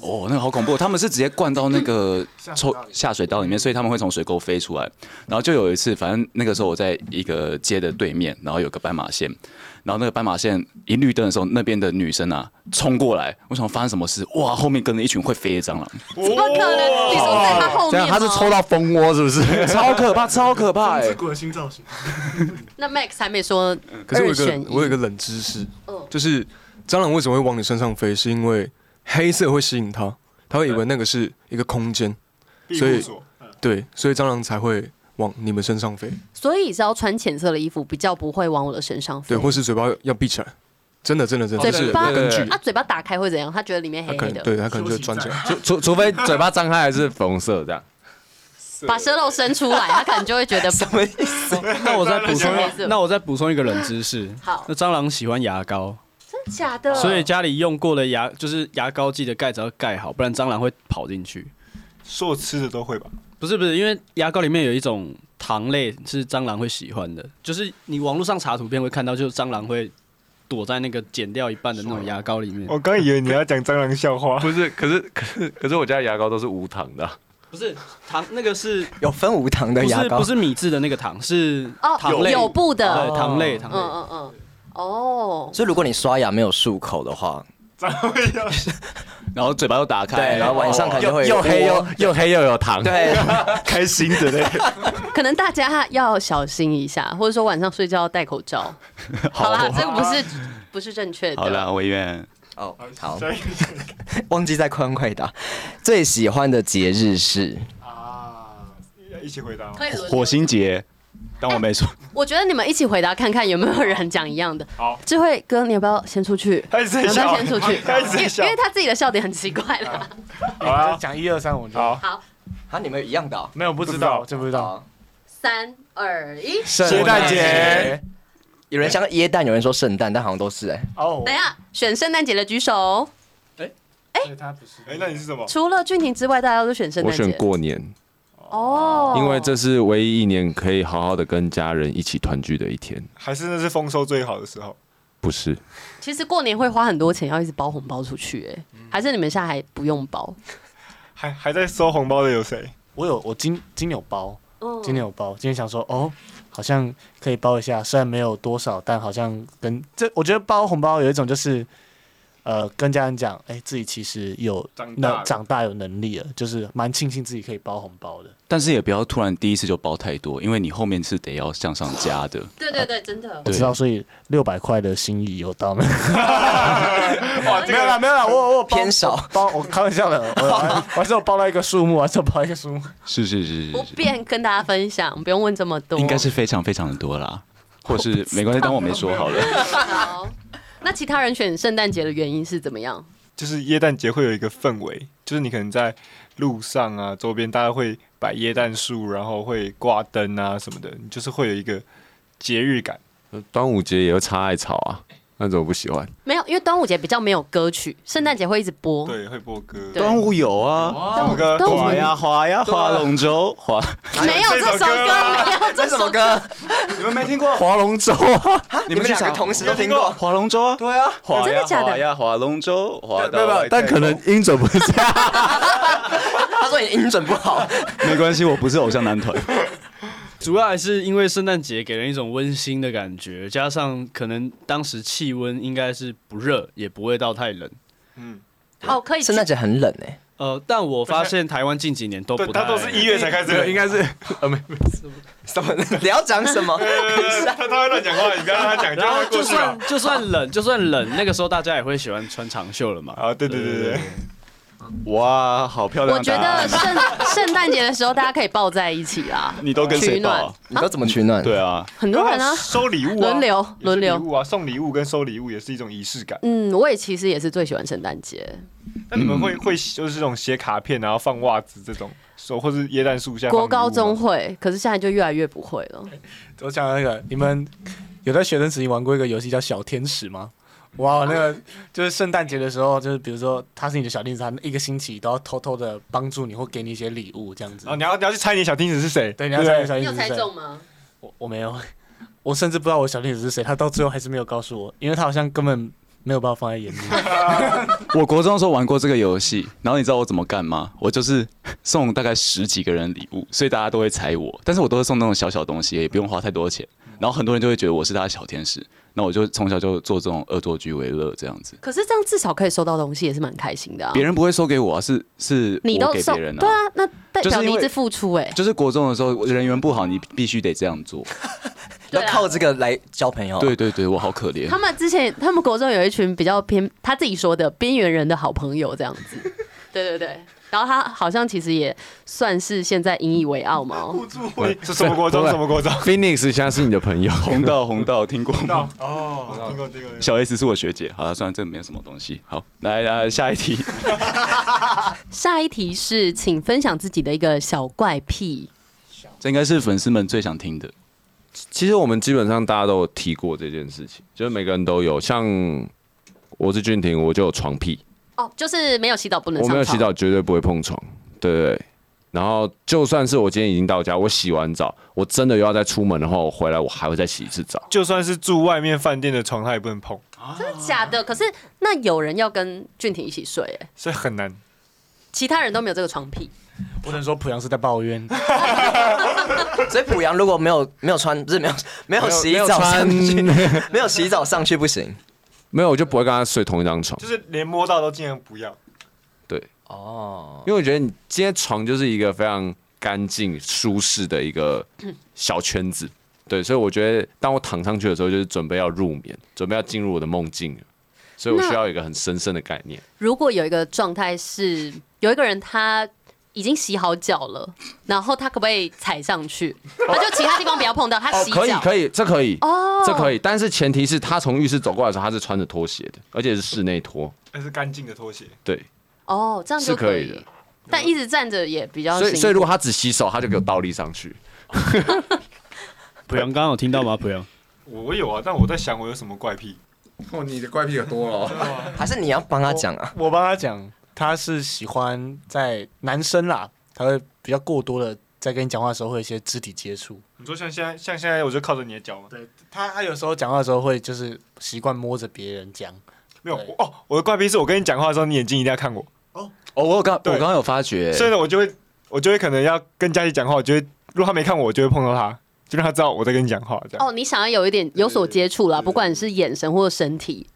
Speaker 2: 哦，那个好恐怖！他们是直接灌到那个抽下水道里面，所以他们会从水沟飞出来。然后就有一次，反正那个时候我在一个街的对面，然后有个斑马线，然后那个斑马线一绿灯的时候，那边的女生啊冲过来，我想发生什么事？哇，后面跟着一群会飞的蟑螂，
Speaker 3: 怎么可
Speaker 1: 哦
Speaker 3: 能？你说在他后
Speaker 4: 这
Speaker 3: 面
Speaker 4: 样
Speaker 3: 吗？
Speaker 4: 他是抽到蜂窝是不是？
Speaker 2: 超可怕，超可怕、欸！
Speaker 5: 鬼新造型，
Speaker 3: 那 Max 还没说，
Speaker 1: 嗯可是我有
Speaker 3: 二选一
Speaker 1: 个我有一个冷知识
Speaker 3: 嗯，
Speaker 1: 就是蟑螂为什么会往你身上飞，是因为黑色会吸引它，它会以为那个是一个空间，所以对，所以蟑螂才会往你们身上飞，
Speaker 3: 所以是要穿浅色的衣服，比较不会往我的身上飞。
Speaker 1: 对，或是嘴巴要闭起来，真的真的真的，
Speaker 3: 嘴
Speaker 1: 这是有
Speaker 3: 巴
Speaker 1: 根据
Speaker 3: 他，嘴巴打开会怎样？他觉得里面
Speaker 1: 它
Speaker 3: 黑
Speaker 1: 可
Speaker 3: 黑
Speaker 1: 能
Speaker 3: 的，
Speaker 1: 对它可能就钻起来。
Speaker 7: 除除除非嘴巴张开还是粉红色这样，
Speaker 3: 把舌头伸出来，他可能就会觉
Speaker 1: <laughs>
Speaker 3: 得什么意思？
Speaker 9: 那我再补充
Speaker 3: 没事
Speaker 9: 一，那我再补充一个冷知识。
Speaker 3: 好
Speaker 9: 那蟑螂喜欢牙膏，
Speaker 3: 真假的？
Speaker 9: 所以家里用过的牙就是牙膏，记得盖子要盖好，不然蟑螂会跑进去。
Speaker 8: 所有吃的都会吧？
Speaker 9: 不是不是，因为牙膏里面有一种糖类是蟑螂会喜欢的，就是你网络上查图片会看到，就是蟑螂会躲在那个剪掉一半的那种牙膏里面。
Speaker 8: 我刚以为你要讲蟑螂笑 <laughs> 话，
Speaker 7: 不是，可是可是可是我家的牙膏都是无糖的啊，
Speaker 9: 不是糖，那个是
Speaker 4: 有分无糖的
Speaker 9: 不
Speaker 4: 牙
Speaker 9: 是
Speaker 4: 膏
Speaker 9: 不，是米制的那个糖，是
Speaker 3: 哦
Speaker 9: 糖类
Speaker 3: 有布的
Speaker 9: 对，糖类糖
Speaker 3: 嗯
Speaker 9: 类。
Speaker 3: 嗯嗯，哦，
Speaker 4: 所以如果你刷牙没有漱口的话，
Speaker 2: 然后嘴巴又打开，
Speaker 4: 对，然后晚上可能就会
Speaker 7: 又黑又又黑又有糖，
Speaker 4: 对，
Speaker 8: 开心的
Speaker 2: <laughs>
Speaker 8: 嘞。
Speaker 3: 可能大家要小心一下，或者说晚上睡觉要戴口罩。好啦，这个不是不是正确
Speaker 2: 好
Speaker 3: 的。
Speaker 2: 了，委员，
Speaker 4: 哦，好，
Speaker 8: <laughs>
Speaker 4: 忘记在快问快答。最喜欢的节日是
Speaker 8: 啊一起回答哦吗。
Speaker 3: 可以轮
Speaker 2: 火星节，当我没说。
Speaker 3: 我觉得你们一起回答看看有没有人讲一样的。
Speaker 8: 好，
Speaker 3: 智慧哥，你要不要先出去？
Speaker 8: 开始在
Speaker 3: 要不
Speaker 8: 笑
Speaker 3: 要，先出去？
Speaker 8: <laughs> 开始
Speaker 3: 因为
Speaker 8: 在笑
Speaker 3: 因为。他自己的笑点很奇怪啦。
Speaker 8: 好啊，
Speaker 5: 讲一二三，我就
Speaker 8: 好，
Speaker 3: 好，
Speaker 4: 啊，你们一样的哦。
Speaker 5: 没有不知
Speaker 8: 道
Speaker 5: 道，真不知道。
Speaker 4: 好
Speaker 3: 三二一，
Speaker 8: 圣诞节，
Speaker 4: 有人像椰蛋，有人说圣诞，但好像都是哎，
Speaker 5: 哦
Speaker 3: 等一下选圣诞节的举手。
Speaker 8: 哎，那你是什么？
Speaker 3: 除了俊廷之外，大家都选圣
Speaker 7: 我
Speaker 3: 诞节。
Speaker 7: 选过年，
Speaker 3: 哦，
Speaker 7: 因为这是唯一一年可以好好的跟家人一起团聚的一天，
Speaker 8: 还是那是丰收最好的时候？
Speaker 7: 不是？
Speaker 3: 其实过年会花很多钱，要一直包红包出去、哎、
Speaker 8: 嗯
Speaker 3: 还是你们现在还不用包？
Speaker 8: 还还在收红包的有谁？
Speaker 5: 我有我金金牛包，
Speaker 3: 嗯
Speaker 5: 金牛包，今天想说哦，好像可以包一下，虽然没有多少，但好像跟这，我觉得包红包有一种就是，呃，跟家人讲，哎、自己其实有
Speaker 8: 长大
Speaker 5: 那
Speaker 8: 了
Speaker 5: 长大有能力了，就是蛮庆幸自己可以包红包的。
Speaker 2: 但是也不要突然第一次就包太多，因为你后面是得要向上加的。
Speaker 3: 对对对，真的
Speaker 5: 我。知道，所以六百块的心意有
Speaker 8: <laughs>
Speaker 5: 到那。
Speaker 8: 哇，这
Speaker 5: 没有啦，
Speaker 8: 个
Speaker 5: 没有啦，我我有包
Speaker 4: 偏少
Speaker 5: 我包我开玩笑的，我我还我还是有包到一个数目，我还是有包一个数目。
Speaker 2: 是是是
Speaker 3: 不
Speaker 2: 是是，
Speaker 3: 便跟大家分享，不用问这么多。
Speaker 2: 应该是非常非常的多啦，或是没关系，当我没说好了。
Speaker 3: 好。那其他人选圣诞节的原因是怎么样？
Speaker 8: 就是耶诞节会有一个氛围，就是你可能在路上啊，周边大家会摆耶诞树，然后会挂灯啊什么的，你就是会有一个节日感。
Speaker 7: 端午节也有插艾草啊，那怎么不喜欢？
Speaker 3: 没有，因为端午节比较没有歌曲，圣诞节会一直播。
Speaker 8: 对，会播歌。
Speaker 3: 哦对
Speaker 2: 午有啊，
Speaker 8: 什么歌？
Speaker 3: 端午
Speaker 8: 哇
Speaker 2: 划呀划呀划龙舟，划
Speaker 3: 没有这首
Speaker 8: 这首歌
Speaker 3: 歌，
Speaker 8: 啊
Speaker 3: 没有这
Speaker 4: 这
Speaker 3: 首
Speaker 4: 什么
Speaker 3: 歌。
Speaker 4: 歌？
Speaker 2: 你们没听过划龙舟啊？
Speaker 4: 你们两个同时都听过？
Speaker 2: 划龙舟啊？对啊，划
Speaker 3: 真的
Speaker 2: 呀
Speaker 3: 假的
Speaker 2: 划呀划龙舟，划
Speaker 4: 没有没有
Speaker 2: 到
Speaker 4: 但可
Speaker 2: 能
Speaker 4: 音准不是。他说你音准不好，
Speaker 2: <laughs> 没关系，我不是偶像男团。
Speaker 9: 主要还是因为圣诞节给人一种温馨的感觉，加上可能当时气温应该是不热，也不会到太冷。
Speaker 8: 嗯，
Speaker 3: 哦，可以去
Speaker 4: 圣诞节很冷哎、
Speaker 9: 呃，但我发现台湾近几年都
Speaker 8: 哦对
Speaker 9: 不，太，
Speaker 8: 他都是一月才开始，应该是
Speaker 4: 什么？ <laughs> 你要讲什么？
Speaker 8: 他他会乱讲话，你不要让他讲，就
Speaker 9: 然后
Speaker 8: 会过
Speaker 9: 就
Speaker 8: 去啊了
Speaker 9: 算。就算冷，就算冷，那个时候大家也会喜欢穿长袖了嘛。
Speaker 8: 啊，对对对对，
Speaker 7: 哇，好漂亮！
Speaker 3: 我觉得，圣圣诞节的时候大家可以抱在一起啦，
Speaker 2: <laughs> 你都跟谁
Speaker 3: 取
Speaker 2: 报
Speaker 3: 暖
Speaker 2: 啊？
Speaker 4: <laughs> 你都怎么取暖？
Speaker 2: 对啊，
Speaker 3: 很多人呢
Speaker 8: 收礼物啊，
Speaker 3: 轮流
Speaker 8: 也是
Speaker 3: 轮
Speaker 8: 礼
Speaker 3: 流。
Speaker 8: 物啊，送礼物跟收礼物也是一种仪式感。
Speaker 3: 嗯，我也其实也是最喜欢圣诞节。
Speaker 8: 那你们会会就是这种写卡片，然后放袜子这种，手或是椰蛋树
Speaker 2: 哎
Speaker 8: 下放礼物
Speaker 3: 国
Speaker 8: 吗。
Speaker 3: 高中会，可是现在就越来越不会了。
Speaker 5: 我讲那个，你们有在学生时期玩过一个游戏叫小天使吗？哇，那个就是圣诞节的时候，就是比如说他是你的小天使，他一个星期都要偷偷的帮助你或给你一些礼物这样子
Speaker 8: 哦，。你要你要去猜你小天使是谁？
Speaker 5: 对，你要
Speaker 8: 不
Speaker 5: 猜我小
Speaker 3: 你有
Speaker 5: 天使
Speaker 3: 猜
Speaker 5: 是谁？
Speaker 3: 中吗？
Speaker 5: 我我没有，我甚至不知道我小天使是谁，他到最后还是没有告诉我，因为他好像根本没有把我放
Speaker 8: <laughs>
Speaker 5: 在眼里。
Speaker 2: <laughs> 我国中的时候玩过这个游戏，然后你知道我怎么干吗？我就是送大概十几个人礼物，所以大家都会猜我，但是我都会送那种小小东西，也不用花太多钱，然后很多人就会觉得我是他的小天使，那我就从小就做这种恶作剧为乐这样子。
Speaker 3: 可是这样至少可以收到东西，也是蛮开心的啊。
Speaker 2: 别人不会收给我啊，是是
Speaker 3: 你
Speaker 2: 我
Speaker 3: 都
Speaker 2: 给
Speaker 3: 送，
Speaker 2: 别人
Speaker 3: 对啊，那代
Speaker 2: 就是
Speaker 3: 表
Speaker 2: 因
Speaker 3: 你一
Speaker 2: 为
Speaker 3: 直付出哎。
Speaker 2: 就是国中的时候人缘不好，你必须得这样做。
Speaker 4: 要
Speaker 3: 对啊
Speaker 4: 靠这个来交朋友。
Speaker 2: 对，对对，我好
Speaker 3: <laughs>
Speaker 2: 可怜
Speaker 3: 他。们之前，他们国中有一群比较偏他自己说的边缘人的好朋友这样子， <laughs> 对对对。然后他好像其实也算是现在引以为傲嘛哦，
Speaker 8: 是什么国中？什么国中？
Speaker 7: Phoenix 现在是你的朋友， <laughs>
Speaker 2: 红道红道听过 <laughs> 吗？
Speaker 8: 哦，听过听过。
Speaker 2: 小 S 是我学姐。好了，算了，这没有什么东西。好，来来下
Speaker 8: <laughs>
Speaker 2: 一题。
Speaker 3: 下一题是，请分享自己的一个小怪癖。
Speaker 2: 这应该是粉丝们最想听的。
Speaker 7: 其实我们基本上大家都有提过这件事情，就是每个人都有。像我是俊廷，我就有床癖，
Speaker 3: 哦，就是没有洗澡不能
Speaker 7: 我
Speaker 3: 上
Speaker 7: 没
Speaker 3: 床。
Speaker 7: 有洗澡绝对不会碰床，对对对。然后就算是我今天已经到家，我洗完澡，我真的又要再出门的话，我回来我还会再洗一次澡。
Speaker 8: 就算是住外面饭店的床，他也不能碰，
Speaker 3: 真的假的？可是那有人要跟俊廷一起睡、哎，
Speaker 8: 所以很难。
Speaker 3: 其他人都没有这个床癖。
Speaker 5: 不能说濮阳是在抱怨，
Speaker 4: 所以濮阳如果没有没有穿，不是没有没有洗澡上去， <laughs> 没有洗澡上去不行。
Speaker 7: 没有，我就不会跟他睡同一张床
Speaker 8: 就，是连摸到都尽量不要。
Speaker 4: 哦，
Speaker 7: 因为我觉得你今天床就是一个非常干净舒适的一个小圈子。对，所以我觉得当我躺上去的时候，就是准备要入眠，准备要进入我的梦境了，所以我
Speaker 3: 那
Speaker 7: 需要有一个很神圣的概念。
Speaker 3: 如果有一个状态是有一个人他已经洗好脚了，然后他可不可以踩上去？他就其他地方不要碰到，他洗
Speaker 7: 哦可以
Speaker 3: 脚。
Speaker 7: 可以，这可以，
Speaker 3: 哦
Speaker 7: 这可以，但是前提是他从浴室走过来的时候，他是穿着拖鞋的，而且是室内拖，
Speaker 8: 那是干净的拖鞋，
Speaker 7: 对，
Speaker 3: 哦，这样就是
Speaker 7: 可以
Speaker 3: 以
Speaker 7: 的。
Speaker 3: 但一直站着也比较
Speaker 7: 所
Speaker 3: 辛
Speaker 7: 以
Speaker 3: 苦。
Speaker 7: 所以如果他只洗手，他就给我倒立上去。
Speaker 9: 濮阳刚刚有听到吗？濮阳，
Speaker 8: 我有啊，但我在想我有什么怪癖。
Speaker 7: 哦，你的怪癖可多了，
Speaker 4: 还是你要帮他讲啊？
Speaker 5: 我帮他讲，他是喜欢在男生啦，他会比较过多的在跟你讲话的时候会有一些肢体接触。
Speaker 8: 你说像现在，像现在我就靠着你的脚吗？
Speaker 5: 对他，他有时候讲话的时候会就是习惯摸着别人讲，
Speaker 8: 没有
Speaker 5: 对
Speaker 8: 我哦，我的怪癖是我跟你讲话的时候，你眼睛一定要看我，
Speaker 2: 哦，我有刚我
Speaker 8: 对
Speaker 2: 刚刚有发觉，
Speaker 8: 所以呢，我就会我就会可能要跟佳琪讲话，我就会如果他没看我，我就会碰到他，就让他知道我在跟你讲话这样。
Speaker 3: 哦，你想要有一点有所接触啦，不管是眼神或者身体。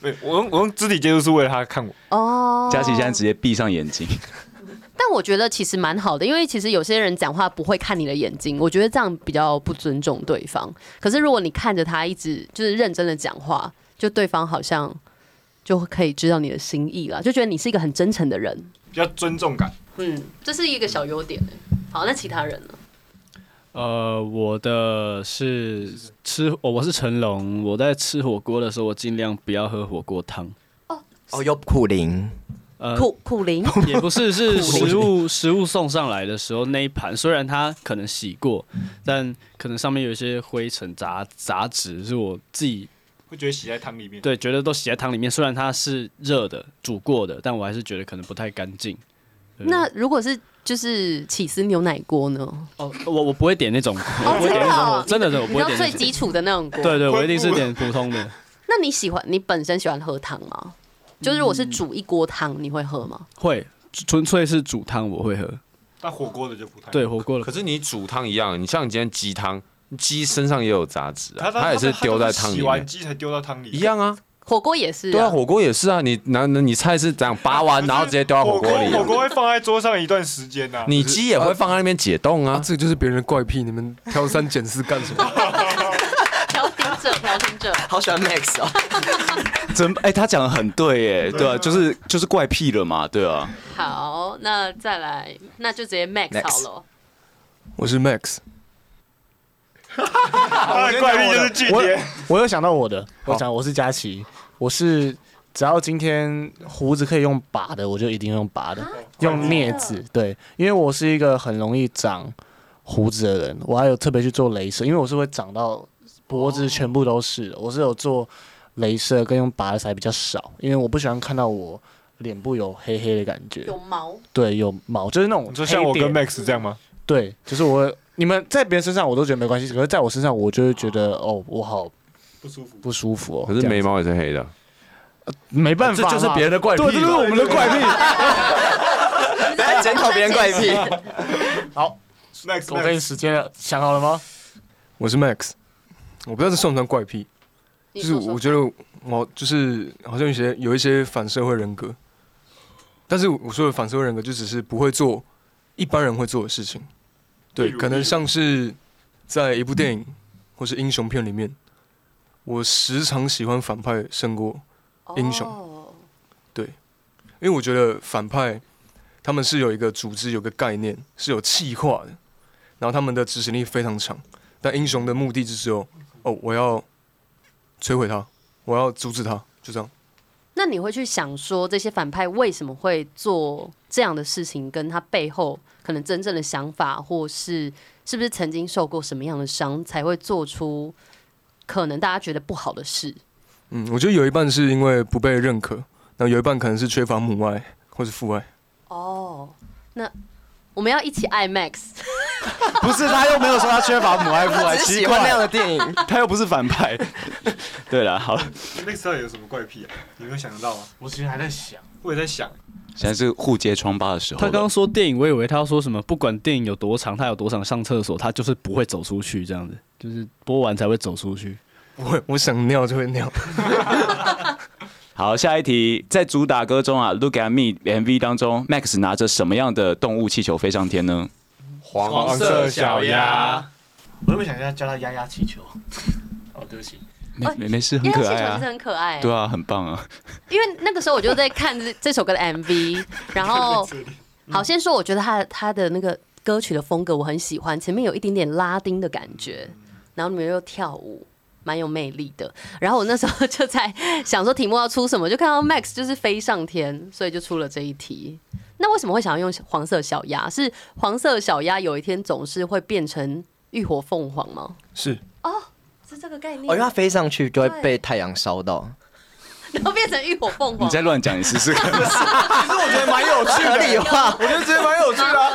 Speaker 8: 对，我用我用肢体接触是为了他看我，
Speaker 3: 哦，
Speaker 2: 佳琪现在直接闭上眼睛， <laughs>
Speaker 3: 但我觉得其实蛮好的，因为其实有些人讲话不会看你的眼睛，我觉得这样比较不尊重对方。可是如果你看着他一直就是认真的讲话，就对方好像就可以知道你的心意了，就觉得你是一个很真诚的人。
Speaker 8: 比较尊重感。
Speaker 3: 嗯，这是一个小优点、欸好，那其他人呢？
Speaker 9: 呃，我的是吃，哦、我是成龙。我在吃火锅的时候，我尽量不要喝火锅汤。
Speaker 4: 哦，有苦灵，
Speaker 9: 呃，
Speaker 3: 苦苦灵，
Speaker 9: 也不是，是食物食物送上来的时候那一盘，虽然它可能洗过，但可能上面有一些灰尘杂杂质，是我自己
Speaker 8: 会觉得洗在汤里面。
Speaker 9: 对觉得都洗在汤里面。虽然它是热的、煮过的，但我还是觉得可能不太干净。对
Speaker 3: <laughs> 那如果是就是起司牛奶锅呢？
Speaker 9: 哦，我我不会点那种，我
Speaker 3: 哦，
Speaker 9: 不会
Speaker 3: 真
Speaker 9: 点
Speaker 3: 的、
Speaker 9: 那种，
Speaker 3: 哦
Speaker 9: 我，真的是我
Speaker 3: 你
Speaker 9: 不
Speaker 3: 知
Speaker 9: 会
Speaker 3: 道
Speaker 9: 点
Speaker 3: 最
Speaker 9: 那种。
Speaker 3: 基础的那种锅。
Speaker 9: 对对，我一定是点普通的，
Speaker 3: 那你喜欢你本身喜欢喝汤吗？就是如果是煮一锅汤，你会喝吗？
Speaker 9: 会纯粹是煮汤我会喝，
Speaker 8: 但火锅的就不太。
Speaker 9: 对火锅了
Speaker 7: 可。是你煮汤一样，你像你今天鸡汤，鸡身上也有杂质啊，
Speaker 8: 他，
Speaker 7: 它也是丢在汤
Speaker 8: 洗
Speaker 7: 里面
Speaker 8: 完，鸡才丢到汤里。
Speaker 7: 一样啊，
Speaker 3: 火锅也是、
Speaker 7: 对啊，火锅也是啊，你拿你菜是这样
Speaker 8: <laughs>
Speaker 7: 拔完，啊然后直接丢到火锅里、
Speaker 8: 啊火
Speaker 7: 啊，
Speaker 8: 锅会放在桌上一段时间呐、啊。
Speaker 7: 你鸡也会放在那边解冻
Speaker 1: 啊，
Speaker 7: 啊。
Speaker 1: <laughs> 这个就是别人的怪癖，你们挑三拣四干什么？
Speaker 3: 调停者，调停者，
Speaker 4: 好喜欢 Max 哦，
Speaker 2: 真哎、他讲的很对耶，对啊，就是就是怪癖了嘛，对啊，
Speaker 3: 好，那再来，那就直接 Max
Speaker 4: Max
Speaker 3: 好了。
Speaker 1: 我是 Max，
Speaker 8: 他的怪癖就是拒
Speaker 5: 我
Speaker 8: 绝。
Speaker 5: 我有想到我的，我讲我是佳琪，我是只要今天胡子可以用拔的，我就一定用拔的，用镊子。对，因为我是一个很容易长胡子的人，我还有特别去做镭射，因为我是会长到脖子全部都是的，我是有做镭射跟用拔的才比较少，因为我不喜欢看到我脸部有黑黑的感觉，
Speaker 3: 有毛，
Speaker 5: 对，有毛，就是那种
Speaker 8: 你说像我
Speaker 5: 黑点
Speaker 8: 跟 Max 这样吗？
Speaker 5: 对，就是我，你们在别人身上我都觉得没关系，可是在我身上我就会觉得哦，我好
Speaker 8: 不舒服。
Speaker 5: 不舒服哦。
Speaker 7: 啊可是眉
Speaker 5: 毛
Speaker 7: 毛也是黑的，
Speaker 5: 没办法
Speaker 7: 这
Speaker 5: 嘛，
Speaker 7: 就是别人的怪癖
Speaker 5: 对，这就是我们的怪癖。
Speaker 4: 来检讨别人怪癖。
Speaker 8: Max，
Speaker 5: 我给你时间了，想好了吗？
Speaker 1: 我是 Max，我不知道这算不算怪癖，
Speaker 3: 你
Speaker 1: 就是
Speaker 3: 说说
Speaker 1: 我觉得我就是好像有一些有一些反社会人格，但是我说的反社会人格就只是不会做一般人会做的事情，对，
Speaker 8: 例如
Speaker 1: 可能像是在一部电影或是英雄片里面，我时常喜欢反派胜过英雄
Speaker 3: 哦
Speaker 1: 因为我觉得反派他们是有一个组织、有个概念，是有计划的，然后他们的执行力非常强。但英雄的目的就只有哦，我要摧毁他，我要阻止他，就这样。
Speaker 3: 那你会去想说这些反派为什么会做这样的事情，跟他背后可能真正的想法，或是是不是曾经受过什么样的伤，才会做出可能大家觉得不好的事？
Speaker 1: 嗯，我觉得有一半是因为不被认可，那有一半可能是缺乏母爱或是父爱。
Speaker 3: 哦，那我们要一起爱 Max，
Speaker 2: 不是他又没有说他缺乏母爱父
Speaker 4: <laughs>
Speaker 2: 爱，
Speaker 4: 只是
Speaker 2: 奇
Speaker 4: 喜欢那样
Speaker 2: 怪，
Speaker 4: 的电影，哦
Speaker 2: 他又不是反 <laughs> 派。对了，好，
Speaker 8: Max 到底有什么怪癖啊？你会想得到吗？
Speaker 5: 我其实还在想，
Speaker 8: 我也在想，
Speaker 2: 现在是互揭疮疤的时候
Speaker 9: 他
Speaker 2: 了。
Speaker 9: 刚刚说电影，我以为他要说什么，不管电影有多长，他有多长上厕所，他就是不会走出去，这样子，就是播完才会走出去。
Speaker 1: 我我想尿就会尿。
Speaker 2: 好，下一题，在主打歌中啊，《Look at Me》MV 当中，Max 拿着什么样的动物气球飞上天呢？
Speaker 8: 黄色小鸭，
Speaker 5: 我原本想要叫他丫丫气球。哦，对不起，
Speaker 2: 没
Speaker 3: 哎
Speaker 2: 没没事，
Speaker 3: 因
Speaker 2: 很
Speaker 3: 为气
Speaker 2: 可
Speaker 3: 球
Speaker 2: 爱
Speaker 3: 其实
Speaker 2: 啊。
Speaker 3: 很可爱、
Speaker 2: 对啊，很棒啊！
Speaker 3: 因为那个时候我就在看这这首歌的 MV，然后好，先说我觉得他他的那个歌曲的风格我很喜欢，前面有一点点拉丁的感觉，然后里面又跳舞。蛮有魅力的，然后我那时候就在想说题目要出什么，就看到 Max 就是飞上天，所以就出了这一题。那为什么会想要用黄色小鸭？是黄色小鸭有一天总是会变成浴火凤凰吗？
Speaker 1: <laughs> 是，
Speaker 3: 是这个概念？
Speaker 4: 哦，因为它飞上去就会
Speaker 3: 对
Speaker 4: 被太阳烧到，
Speaker 3: 然后变成浴火凤凰，
Speaker 2: 你再乱讲一次试看。 <laughs>
Speaker 4: <laughs> 合理化，
Speaker 3: 蛮合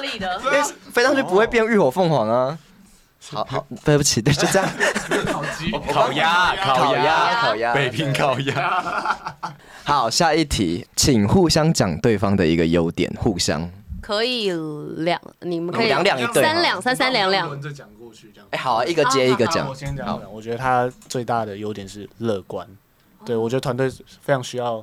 Speaker 3: 理的。
Speaker 4: 因为飞上去不会变浴火凤凰啊。好好，对不起，对，就这样。
Speaker 7: 烤鸭，
Speaker 4: 烤鸭，
Speaker 3: 烤
Speaker 4: 烤鸭，
Speaker 7: 北平烤
Speaker 8: 哎
Speaker 7: 鸭，
Speaker 4: 好，下一题，请互相讲对方的一个优点，互相。
Speaker 3: 可以两，你们可以
Speaker 4: 两两一对
Speaker 3: 三
Speaker 4: 好
Speaker 3: 两三三两两。
Speaker 5: 这讲过去这样。
Speaker 4: 哎，好啊，一个接一个
Speaker 5: 我
Speaker 4: 讲。
Speaker 5: 先讲，我觉得他最大的优点是乐观。
Speaker 3: 哦
Speaker 5: 对，我觉得团队非常需要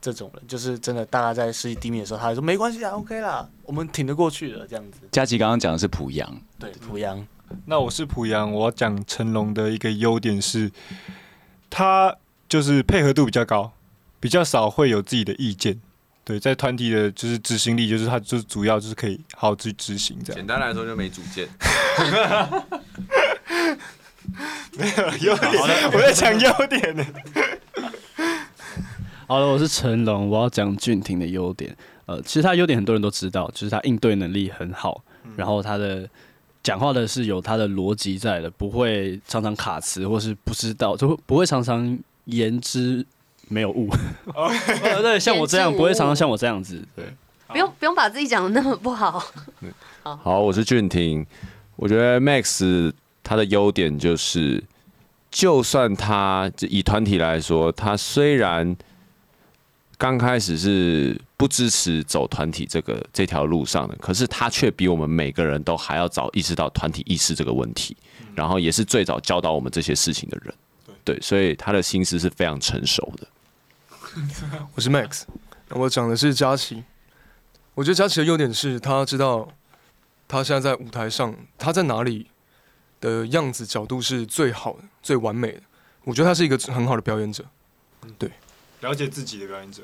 Speaker 5: 这种人，就是真的，大家在士气低迷的时候，他还说没关系啊，OK 啦，我们挺得过去的这样子。
Speaker 2: 佳琪刚刚讲的是濮阳，
Speaker 5: 对，濮阳，
Speaker 8: 那我是濮阳，我要讲成龙的一个优点是，他就是配合度比较高，比较少会有自己的意见。对，在团体的就是执行力，就是他就是主要就是可以好好去执行这样。
Speaker 7: 简单来说就没主见。
Speaker 8: 优点，我在讲优点呢。
Speaker 9: 好了，我是成龙，我要讲俊廷的优点。呃，其实他优点很多人都知道，就是他应对能力很好，然后他的讲话的是有他的逻辑在的，不会常常卡词或是不知道，就会不会常常言之没有物。呃对，像我这样
Speaker 3: 言之无物
Speaker 9: 不会常常像我这样子。对，
Speaker 3: 不用不用把自己讲的那么不好，
Speaker 7: 好，我是俊廷。我觉得 Max 他的优点就是，就算他就以团体来说，他虽然刚开始是不支持走团体这个这条路上的，可是他却比我们每个人都还要早意识到团体意识这个问题，
Speaker 8: 嗯
Speaker 7: 然后也是最早教导我们这些事情的人。对，所以他的心思是非常成熟的。
Speaker 1: 我是 Max，那我讲的是佳琪。我觉得佳琪的优点是他知道他现在在舞台上，他在哪里的样子角度是最好的、最完美的。我觉得他是一个很好的表演者。
Speaker 8: 了解自己的表演者，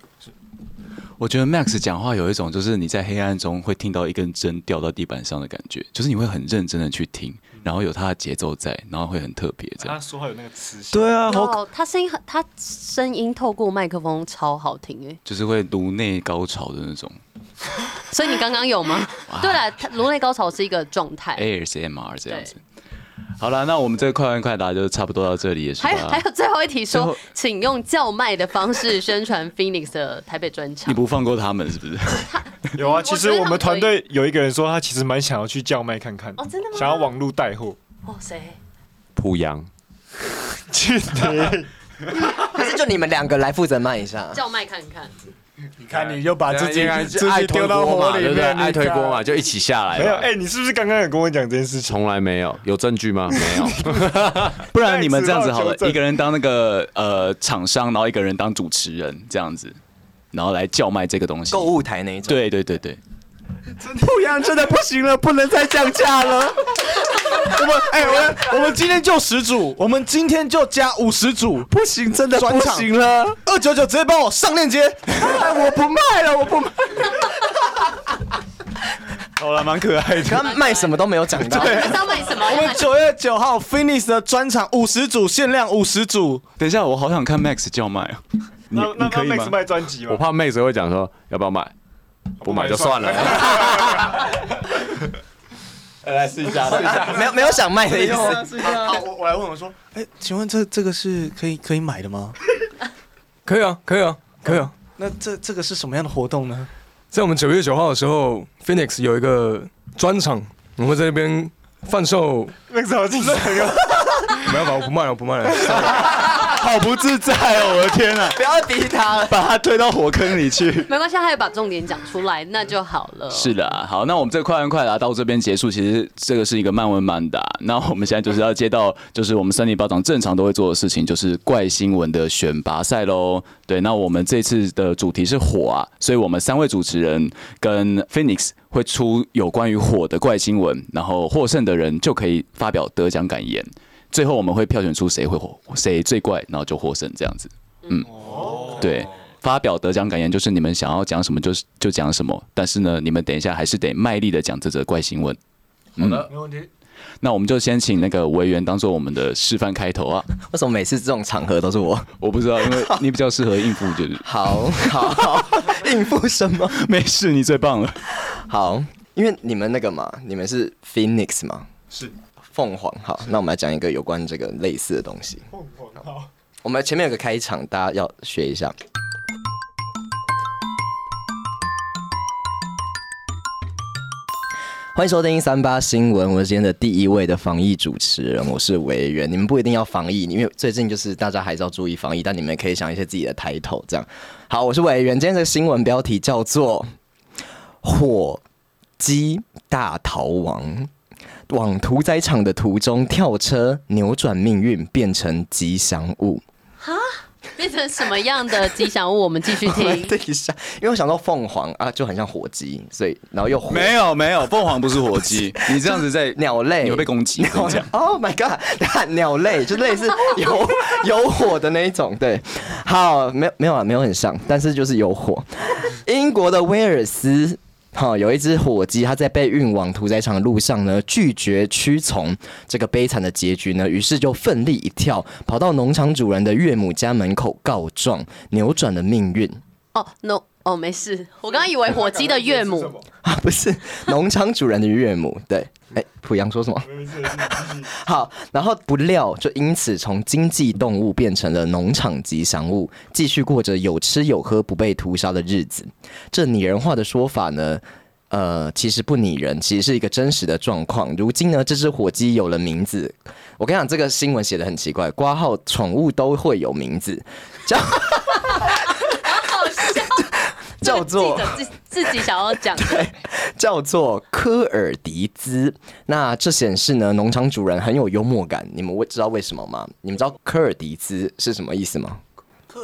Speaker 2: 我觉得 Max 讲话有一种就是你在黑暗中会听到一根针掉到地板上的感觉，就是你会很认真的去听，
Speaker 3: 嗯
Speaker 2: 然后有他的节奏在，然后会很特别这样
Speaker 3: 啊
Speaker 8: 他。说话有那个磁性。
Speaker 5: 对啊，好
Speaker 3: 哦，他声音很，他声音透过麦克风超好听哎，
Speaker 2: 就是会颅内高潮的那种
Speaker 3: 所以你刚刚有吗？对了，他颅内高潮是一个状
Speaker 2: 哎
Speaker 3: 态，
Speaker 2: ASMR 这样子。好了，那我们这个快问快答就差不多到这里，也是
Speaker 3: 还有还
Speaker 2: 吧？
Speaker 3: 有最后一题
Speaker 2: 最
Speaker 3: 说
Speaker 2: 后，
Speaker 3: 请用叫卖的方式宣传 Phoenix 的台北专
Speaker 2: 你
Speaker 3: 场。
Speaker 2: 不放过他们是
Speaker 3: <laughs>
Speaker 2: 不是？
Speaker 8: 有啊，
Speaker 3: 觉
Speaker 8: 其
Speaker 3: 得
Speaker 8: 实我
Speaker 3: 他们
Speaker 8: 们团
Speaker 3: 可
Speaker 8: 队有一个人说，他其实蛮想要去叫卖看看，
Speaker 3: 哦真的吗
Speaker 8: 想要网路带货。
Speaker 3: 哦，谁？
Speaker 7: 濮阳，
Speaker 4: 还是就你们两个来负责卖一下？
Speaker 3: 叫卖看看。
Speaker 5: 你看你又把自己
Speaker 7: 应该是
Speaker 5: 自
Speaker 7: 爱
Speaker 5: 己
Speaker 7: 推
Speaker 5: 丢到
Speaker 7: 锅嘛，
Speaker 5: 火里
Speaker 7: 啊对不对？
Speaker 5: 面，
Speaker 7: 爱推锅
Speaker 5: 锅
Speaker 7: 嘛，，就一起下来
Speaker 8: <laughs>
Speaker 7: 吧。
Speaker 8: 没有，哎，你是不是刚刚有跟我讲这件事情？
Speaker 7: 从来没有，有证据吗？没有。
Speaker 2: 不然你们这样子好
Speaker 8: 再次
Speaker 2: 了
Speaker 8: 要求，证
Speaker 2: 一个人当那个呃厂商，然后一个人当主持人这样子，然后来叫卖这个东西。
Speaker 4: 购物台那一种。
Speaker 2: 对对对对，
Speaker 5: 不一样，真的不行了，不能再降价
Speaker 9: <laughs>
Speaker 5: 了。我们哎、我们我们今天就十组，我们今天就加五十组，不行，真的不行了。二九九直接帮我上链接，哎我不卖了，我不卖。
Speaker 8: 好了，蛮可爱的。
Speaker 4: 他卖什么都没有讲到，
Speaker 3: 你知道卖什么？
Speaker 9: 哎
Speaker 5: 我们九月九号 Phoenix 的专场五十组，限量五十组。
Speaker 2: 等一下，我好想看 Max 叫卖啊！你
Speaker 8: 那
Speaker 2: 你
Speaker 8: 那
Speaker 2: 可
Speaker 8: 那
Speaker 2: 以
Speaker 8: Max
Speaker 2: 吗？
Speaker 8: 卖专辑吗？
Speaker 7: 我怕妹子会讲说要不要买，不买就算了。 <laughs>
Speaker 8: 来试一下，试一下。
Speaker 4: 没有没有想卖的意思。
Speaker 5: 好，我我来问我说，哎、请问这这个是可以可以买的吗？
Speaker 1: 可以啊，可以啊，可以啊。
Speaker 5: 那这这个是什么样的活动呢？
Speaker 1: 在我们九月九号的时候，Phoenix 有一个专场，我们会在那边贩售。
Speaker 8: Max 好精神哦，
Speaker 1: <laughs> 没有吧，我不卖了，我不卖了。
Speaker 2: 好不自在哦！我的天啊，
Speaker 4: 不要逼他了，
Speaker 2: 把他推到火坑里去。
Speaker 3: 没关系，他有把重点讲出来，那就好了。
Speaker 2: 是的啊，好，那我们这个快问快答到这边结束，其实这个是一个慢问慢答。那我们现在就是要接到，就是我们三里巴掌正常都会做的事情，就是怪新闻的选拔赛喽。对，那我们这次的主题是火啊，所以我们三位主持人跟 Phoenix 会出有关于火的怪新闻，然后获胜的人就可以发表得奖感言。最后我们会票选出谁会火，谁最怪，然后就获胜这样子。嗯，对。发表得奖感言就是你们想要讲什么就是就讲什么，但是呢，你们等一下还是得卖力的讲这则怪新闻。嗯好的，
Speaker 5: 没问题。
Speaker 2: 那我们就先请那个委员当做我们的示范开头啊。
Speaker 4: 为什么每次这种场合都是我？
Speaker 2: <laughs> 我不知道，因为你比较适合应付，就是
Speaker 4: 好好 <laughs> 好，应付什么？
Speaker 2: <laughs> 没事，你最棒了。
Speaker 4: 好，因为你们那个嘛，你们是 Phoenix 嘛，
Speaker 8: 是
Speaker 4: 凤凰。好，那我们来讲一个有关这个类似的东西。
Speaker 8: 凤凰号。
Speaker 4: 我们前面有个开场，大家要学一下。欢迎收听三八新闻，我是今天的第一位的防疫主持人，我是维源。你们不一定要防疫，因为最近就是大家还是要注意防疫，但你们也可以想一些自己的抬头这样。好，我是维源。今天的新闻标题叫做“火鸡大逃亡”。往屠宰场的途中跳车，扭转命运，变成吉祥物。
Speaker 3: 变成什么样的吉祥物？我们继续
Speaker 4: <laughs>
Speaker 3: 听。
Speaker 4: 对一下，因为我想到凤凰啊，就很像火鸡，所以然后又火
Speaker 2: 没有没有，凤凰不是火鸡，你这样子 <laughs> 在
Speaker 4: 鸟类，
Speaker 2: 你会被攻击。我跟
Speaker 4: 鸟
Speaker 2: 你
Speaker 4: 类 <laughs>
Speaker 2: 讲，
Speaker 4: ，Oh my god！等下鸟类就类似有有火的那一种，对，好，没有没有啊，没有很像，但是就是有火。英国的威尔斯，哈、有一只火鸡，它在被运往屠宰场的路上呢，拒绝屈从这个悲惨的结局呢，于是就奋力一跳，跑到农场主人的岳母家门口告状，扭转了命运。
Speaker 3: 哦，no，哦，没事，我刚刚以为火鸡的岳母。
Speaker 4: 啊， <laughs> 不是农场主人的岳母， <laughs> 对。哎，濮阳说什么？ <laughs> 好，然后不料就因此从经济动物变成了农场吉祥物，继续过着有吃有喝不被屠杀的日子。这拟人化的说法呢，呃，其实不拟人，其实是一个真实的状况。如今呢，这只火鸡有了名字。我跟你讲，这个新闻写的很奇怪，挂号宠物都会有名字，叫
Speaker 3: 好笑，
Speaker 4: 叫做
Speaker 3: 这个记者自自己想要讲的。
Speaker 4: <laughs> 叫做科尔迪兹。那这显示呢，农场主人很有幽默感。你们会知道为什么吗？你们知道科尔迪兹是什么意思吗？科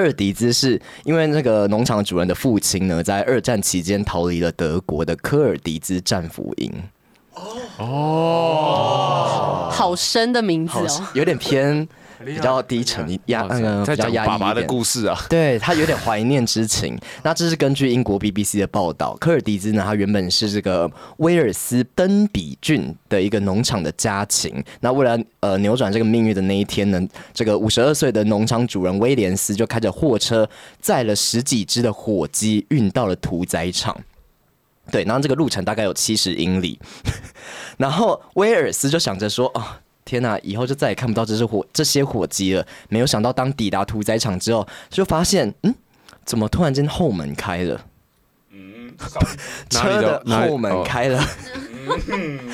Speaker 4: 尔迪兹是因为那个农场主人的父亲呢，在二战期间逃离了德国的科尔迪兹战俘营，
Speaker 3: 好深的名字哦。
Speaker 4: 有点偏比较低沉一压，那个
Speaker 7: 在
Speaker 4: 比较
Speaker 7: 讲
Speaker 4: 压抑
Speaker 7: 爸
Speaker 4: 一
Speaker 7: 爸的
Speaker 4: 点。
Speaker 7: 故事啊，
Speaker 4: 对他有点怀念之情。 <laughs> 那这是根据英国 BBC 的报道，科尔迪兹呢，他原本是这个威尔斯登比郡的一个农场的家禽。那为了呃扭转这个命运的那一天呢，这个五十二岁的农场主人威廉斯就开着货车，载了十几只的火鸡运到了屠宰场。对，然后这个路程大概有七十英里， <laughs> 然后威尔斯就想着说，哦，天呐，以后就再也看不到这只火这些火鸡了。没有想到，当抵达屠宰场之后，就发现，嗯，怎么突然间后门开了？
Speaker 7: 嗯哪
Speaker 4: <laughs>
Speaker 7: 里
Speaker 4: 车
Speaker 7: 的
Speaker 4: 的
Speaker 7: 哪里
Speaker 4: 后门
Speaker 7: 哦
Speaker 4: 开了，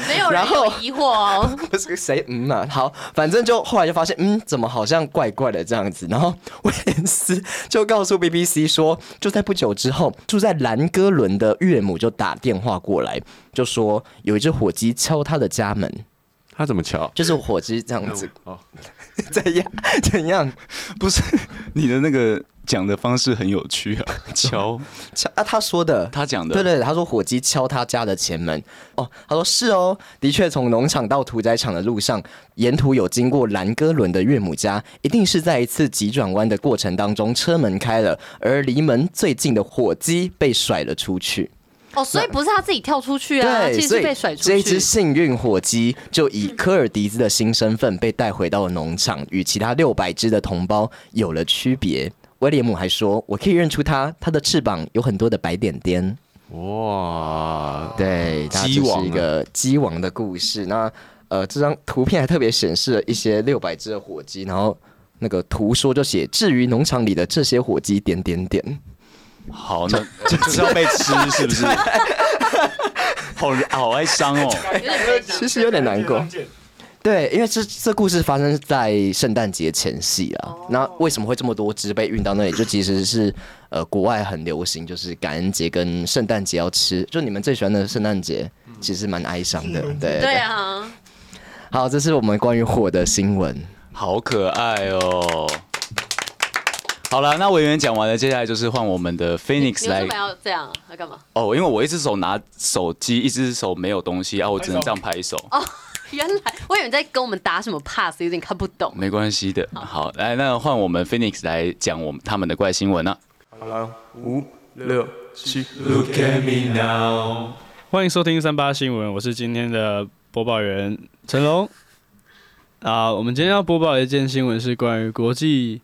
Speaker 3: 没有人
Speaker 4: 然后
Speaker 3: 有疑惑哦，
Speaker 4: <laughs> 不是谁嗯啊，好，反正就后来就发现，嗯，怎么好像怪怪的这样子。然后威廉斯就告诉 BBC 说，就在不久之后，住在兰哥伦的岳母就打电话过来，就说有一只火鸡敲他的家门，
Speaker 7: 他怎么瞧？
Speaker 4: 就是火鸡这样子，
Speaker 7: 哦，
Speaker 4: <laughs> 怎样怎样
Speaker 2: 不是 <laughs> 你的那个讲的方式很有趣 <laughs> 啊，乔
Speaker 4: 敲啊？他说的，
Speaker 2: 他讲的
Speaker 4: 对对，他说火鸡敲他家的前门。哦，他说是哦，的确从农场到屠宰场的路上，沿途有经过兰哥伦的岳母家，一定是在一次急转弯的过程当中，车门开了，而离门最近的火鸡被甩了出去。
Speaker 3: 哦，所以不是他自己跳出去啊，
Speaker 4: 对，
Speaker 3: 其实
Speaker 4: 所
Speaker 3: 是
Speaker 4: 以
Speaker 3: 被甩出
Speaker 4: 这一只
Speaker 3: 去。
Speaker 4: 幸运火鸡就以科尔迪兹的新身份被带回到了农场，与其他六百只的同胞有了区别。威廉姆还说：“我可以认出它，它的翅膀有很多的白点点。”
Speaker 7: 哇，
Speaker 4: 对，它
Speaker 7: 鸡
Speaker 4: 就是
Speaker 7: 王
Speaker 4: 一
Speaker 7: 啊
Speaker 4: 个鸡王的故事。那呃，这张图片还特别显示了一些六百只的火鸡，然后那个图说就写至于农场里的这些火鸡点点点。
Speaker 2: 好，那这就是要被吃是
Speaker 9: <laughs>
Speaker 2: 不是？好好哀伤哦，
Speaker 3: 啊
Speaker 4: 其实有点难过。对，因为这这故事发生在圣诞节前夕啊。那为什么会这么多只被运到那里？就其实是呃，国外很流行，就是感恩节跟圣诞节要吃。就你们最喜欢的圣诞节，其实蛮哀伤的。对
Speaker 3: 对。啊，
Speaker 4: 好，这是我们关于火的新闻。
Speaker 2: 好可爱哦。好了，那委员讲完了，接下来就是换我们的
Speaker 3: 你
Speaker 2: Phoenix
Speaker 3: 你为
Speaker 2: 来
Speaker 3: 什么要这样？要干嘛？
Speaker 2: 哦，因为我一只手拿手机，一只手没有东西啊，我只能这样拍手。
Speaker 3: 原来我以为你在跟我们打什么 pass，有点看不懂。
Speaker 2: 没关系的，好，来，那换我们 Phoenix 来讲我们他们的怪新闻啊。
Speaker 1: <laughs> 六七，
Speaker 9: 欢迎收听三八新闻，我是今天的播报员陈龙。啊，我们今天要播报的一件新闻是关于国际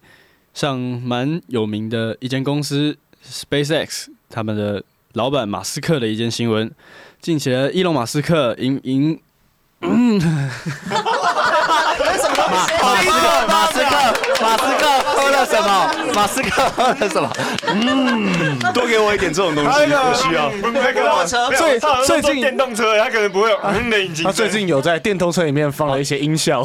Speaker 9: 上蛮有名的一间公司 SpaceX 他们的老板马斯克的一件新闻。近期的伊隆马斯克因因
Speaker 4: 马斯克，马斯克喝了什么？马斯克喝了什么？
Speaker 2: 多给我一点这种东西，我需要。
Speaker 8: 火车
Speaker 5: 最最近
Speaker 8: 电动车，他可能不会有嗯的引擎
Speaker 5: 他最近有在电动车里面放了一些音
Speaker 1: <laughs>
Speaker 5: 效，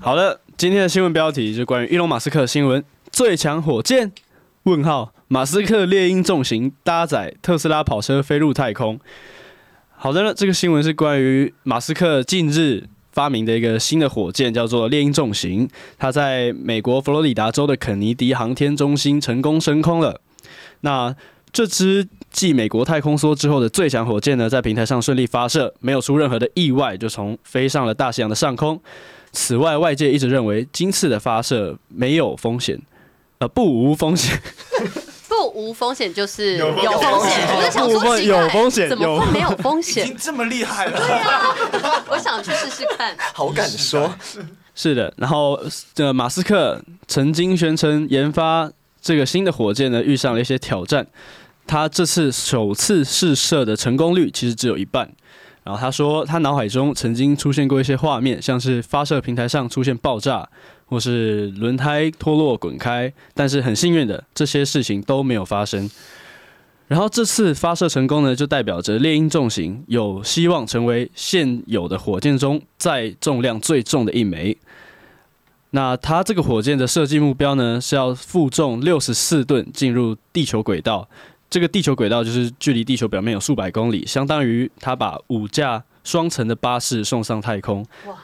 Speaker 9: 好的，今天的新闻标题是关于伊隆马斯克的新闻：最强火箭？问号，马斯克猎鹰重型搭载特斯拉跑车飞入太空。好的呢，这个新闻是关于马斯克近日发明的一个新的火箭，叫做猎鹰重型。它在美国佛罗里达州的肯尼迪航天中心成功升空了。那这支继美国太空梭之后的最强火箭呢，在平台上顺利发射，没有出任何的意外，就从飞上了大西洋的上空。此外，外界一直认为今次的发射没有风险，呃，不无风险， <laughs>
Speaker 3: 不无风险就是有风险，我就想
Speaker 9: 不
Speaker 3: 说
Speaker 9: 无风
Speaker 3: 奇怪
Speaker 9: 有风险
Speaker 3: 怎么
Speaker 9: 有
Speaker 3: 会没有风
Speaker 5: <laughs>
Speaker 3: 险？
Speaker 8: 这么厉害了，
Speaker 3: 我想去试试看。
Speaker 4: <laughs> 好敢说，
Speaker 9: 是的，然后呃，马斯克曾经宣称研发这个新的火箭呢，遇上了一些挑战。他这次首次试射的成功率其实只有一半。然后他说，他脑海中曾经出现过一些画面，像是发射平台上出现爆炸，或是轮胎脱落滚开，但是很幸运的，这些事情都没有发生。然后这次发射成功呢，就代表着猎鹰重型有希望成为现有的火箭中载重量最重的一枚。那它这个火箭的设计目标呢，是要负重六十四吨进入地球轨道。这个地球轨道就是距离地球表面有数百公里，相当于它把五架双层的巴士送上太空。
Speaker 3: 哇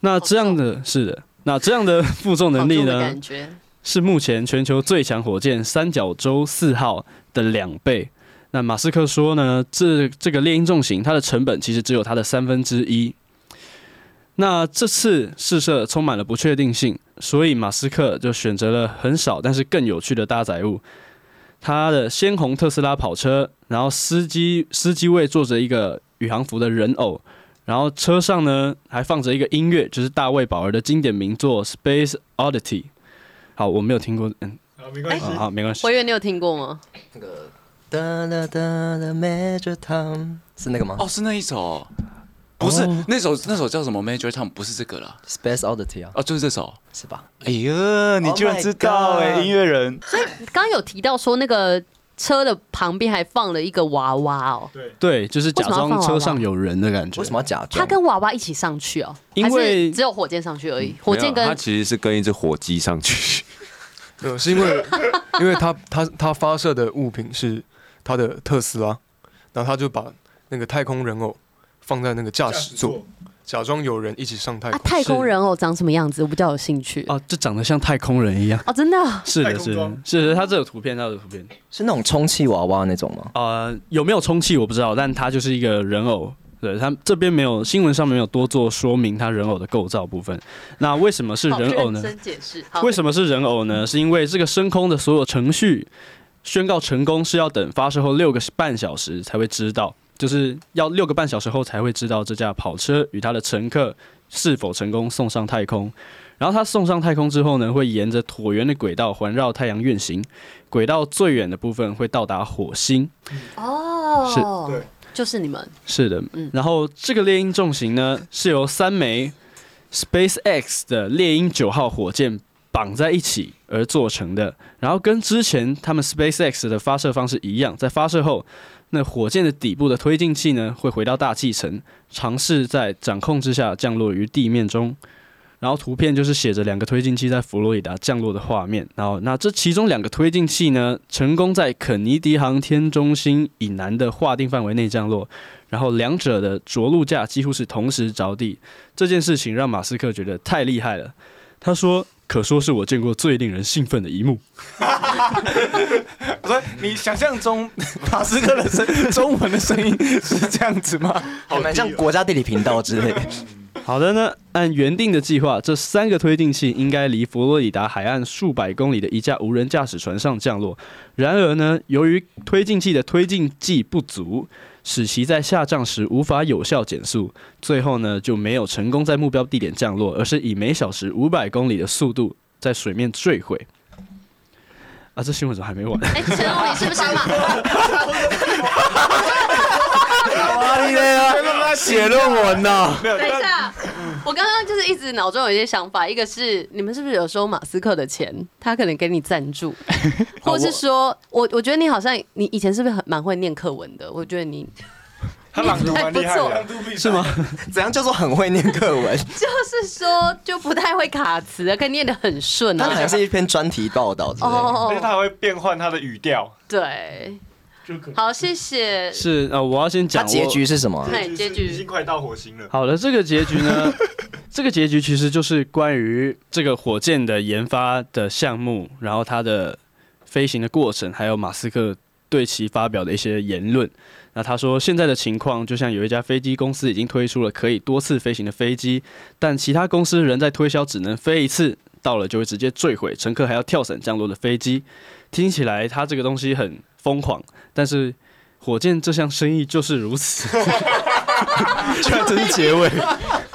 Speaker 9: 那这样的是的，那这样的 <laughs> 负重能力
Speaker 3: 好重的
Speaker 9: 呢
Speaker 3: 哦感，觉
Speaker 9: 是目前全球最强火箭三角洲四号的两倍。那马斯克说呢，这这个猎鹰重型它的成本其实只有它的三分之一。那这次试射充满了不确定性，所以马斯克就选择了很少但是更有趣的搭载物。他的鲜红特斯拉跑车，然后司机司机位坐着一个宇航服的人偶，然后车上呢还放着一个音乐，就是大卫宝儿的经典名作《Space Oddity》。好，我没有听过，嗯，
Speaker 8: 好，没关系
Speaker 9: 好，好没关系
Speaker 3: 我。以为你有听过吗？
Speaker 4: 那个哒哒哒哒 Major Tom 是那个吗
Speaker 2: 哦，是那一首，不是、那首那首叫什么 Major Tom，不是这个啦，
Speaker 4: ？Space Oddity 啊，
Speaker 2: 哦，就是这首。
Speaker 4: 是吧？
Speaker 2: 哎呀，你居然知道
Speaker 4: Oh my
Speaker 2: 哎、
Speaker 4: God
Speaker 2: 音乐人，
Speaker 3: 刚刚有提到说那个车的旁边还放了一个娃娃哦，
Speaker 9: 对，就是假
Speaker 3: 为什么要
Speaker 9: 装
Speaker 3: 放娃娃
Speaker 9: 车上有人的感觉。
Speaker 4: 为什么要假装？
Speaker 3: 他跟娃娃一起上去哦，
Speaker 9: 因
Speaker 3: 还是
Speaker 9: 为
Speaker 3: 只有火箭上去而已，火
Speaker 7: 没
Speaker 3: 箭
Speaker 7: 有
Speaker 3: 跟
Speaker 7: 他其实是跟一只火鸡上 <laughs> 去，
Speaker 1: 没有，是因为因为他他他发射的物品是他的特斯拉，然后他就把那个太空人偶放在那个驾驶座，假装有人一起上太
Speaker 3: 啊
Speaker 1: 空。
Speaker 3: 太空人偶长什么样子，我比较有兴趣
Speaker 9: 哦，这长得像太空人一样。
Speaker 3: 哦，真的啊
Speaker 9: 是的，是的，是的，他这有图片，他有图片。
Speaker 4: 是那种充气娃娃那种吗？
Speaker 9: 呃，有没有充气我不知道，但他就是一个人偶。对他这边没有新闻上面没有多做说明他人偶的构造部分。那为什么是
Speaker 3: 好
Speaker 9: 人偶呢
Speaker 3: 认？真解释，好
Speaker 9: 为什么是人偶呢？是因为这个升空的所有程序宣告成功是要等发射后六个半小时才会知道，就是要六个半小时后才会知道这架跑车与它的乘客是否成功送上太空。然后它送上太空之后呢，会沿着椭圆的轨道环绕太阳运行，轨道最远的部分会到达火星。
Speaker 3: 哦，就是你们
Speaker 9: 是的，
Speaker 3: 嗯
Speaker 9: 然后这个猎鹰重型呢，是由三枚 SpaceX 的猎鹰九号火箭绑在一起而做成的。然后跟之前他们 SpaceX 的发射方式一样，在发射后，那火箭的底部的推进器呢，会回到大气层，尝试在掌控之下降落于地面中。然后图片就是写着两个推进器在佛罗里达降落的画面。然后，那这其中两个推进器呢，成功在肯尼迪航天中心以南的划定范围内降落，然后两者的着陆架几乎是同时着地。这件事情让马斯克觉得太厉害了，他说：“可说是我见过最令人兴奋的一幕。
Speaker 5: 我说你想象中马斯克
Speaker 4: <laughs>
Speaker 5: 的声中文的声音是这样子吗？
Speaker 4: 好难像国家地理频道之类的。”
Speaker 9: 好的呢，按原定的计划，这三个推进器应该离佛罗里达海岸数百公里的一架无人驾驶船上降落。然而呢，由于推进器的推进剂不足，使其在下降时无法有效减速，最后呢就没有成功在目标地点降落，而是以每小时五百公里的速度在水面坠毁。啊，这新闻怎么还没完？
Speaker 3: 哎，成龙，你是不是马？
Speaker 2: 写论文呐、
Speaker 3: 等一下，我刚刚就是一直脑中有一些想法，一个是你们是不是有收马斯克的钱，他可能给你赞
Speaker 9: <laughs>
Speaker 3: 助，或是说我我觉得你好像你以前是不是很蛮会念课文的？我觉得你
Speaker 8: 他朗读蛮厉害
Speaker 3: 还
Speaker 8: 的，
Speaker 9: 是吗？
Speaker 4: 怎样叫做很会念课文？
Speaker 3: <laughs> 就是说就不太会卡词，啊可以念得很顺
Speaker 4: 它好像
Speaker 3: 啊。
Speaker 4: 是一篇专题报道之类的。
Speaker 8: 而且他
Speaker 3: 哦，
Speaker 8: 还会变换他的语调。
Speaker 3: 对，好，谢谢。
Speaker 9: 是呃，我要先
Speaker 4: 它
Speaker 9: 讲
Speaker 4: 结
Speaker 9: 我
Speaker 4: 局是什么啊？
Speaker 3: 对，结
Speaker 8: 已经
Speaker 3: 局
Speaker 8: 快到火星了。
Speaker 9: 好了，这个结局呢，这个结局其实就是关于这个火箭的研发的项目，然后它的飞行的过程，还有马斯克对其发表的一些言论。那他说，现在的情况就像有一家飞机公司已经推出了可以多次飞行的飞机，但其他公司仍在推销只能飞一次，到了就会直接坠毁，乘客还要跳伞降落的飞机。听起来它这个东西很疯狂，但是火箭这项生意就是如此。 <laughs>
Speaker 2: 居然这是结尾，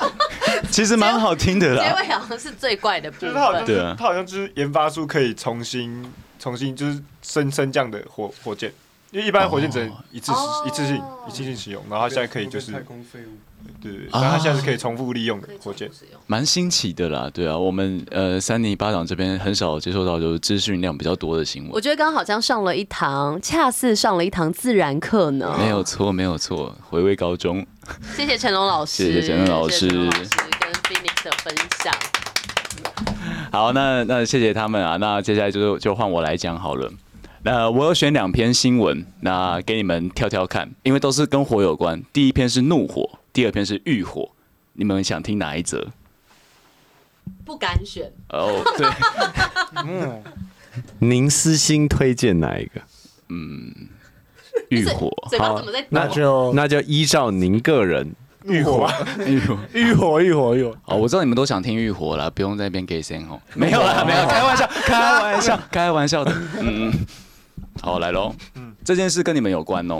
Speaker 2: <laughs> 其实蛮好听的
Speaker 3: 结
Speaker 2: 啦。
Speaker 3: 尾好像是最怪的部
Speaker 8: 就是他好像
Speaker 3: 分。
Speaker 8: 就
Speaker 2: 对
Speaker 8: 是
Speaker 2: 啊
Speaker 8: 他好像就是研发出可以重新重新就是升升降的火火箭，因为一般火箭只能一次
Speaker 3: 哦
Speaker 8: 一次性一次性使用，然后他现在可以就是
Speaker 1: 太空废物。
Speaker 8: 对对
Speaker 2: 啊
Speaker 8: 对，然后他现在是可以重复利用的火箭。
Speaker 2: 蛮新奇的啦，对啊，我们呃三尼巴掌这边很少接受到就是资讯量比较多的新
Speaker 3: 我
Speaker 2: 闻，
Speaker 3: 觉得刚好像上了一堂，恰似上了一堂自然课呢。
Speaker 2: <laughs> 没有错，没有错，回味高中。
Speaker 3: 谢谢成龙老师，
Speaker 2: 谢谢成龙老师
Speaker 3: 谢谢成龙老师跟 Phoenix 的分享。
Speaker 2: 好，那那谢谢他们啊，那接下来就就换我来讲好了。那我有选两篇新闻，那给你们挑挑看，因为都是跟火有关。第一篇是怒火，第二篇是欲火，你们想听哪一则？
Speaker 3: 不敢选。
Speaker 2: 哦，对，
Speaker 7: 您私心推荐哪一个？
Speaker 2: 欲火，
Speaker 3: 嘴巴怎么在
Speaker 5: 那
Speaker 3: 抖 <laughs>
Speaker 5: 就
Speaker 7: 那就依照您个人。
Speaker 5: 欲火，
Speaker 2: 欲火。
Speaker 5: 欲火，欲火，欲火。
Speaker 2: 哦，我知道你们都想听欲火了，不用在那边给声吼。没有啦，没有，开玩笑， <laughs> 开玩笑，开玩 <laughs> 笑的。嗯嗯，好，来喽。这件事跟你们有关哦。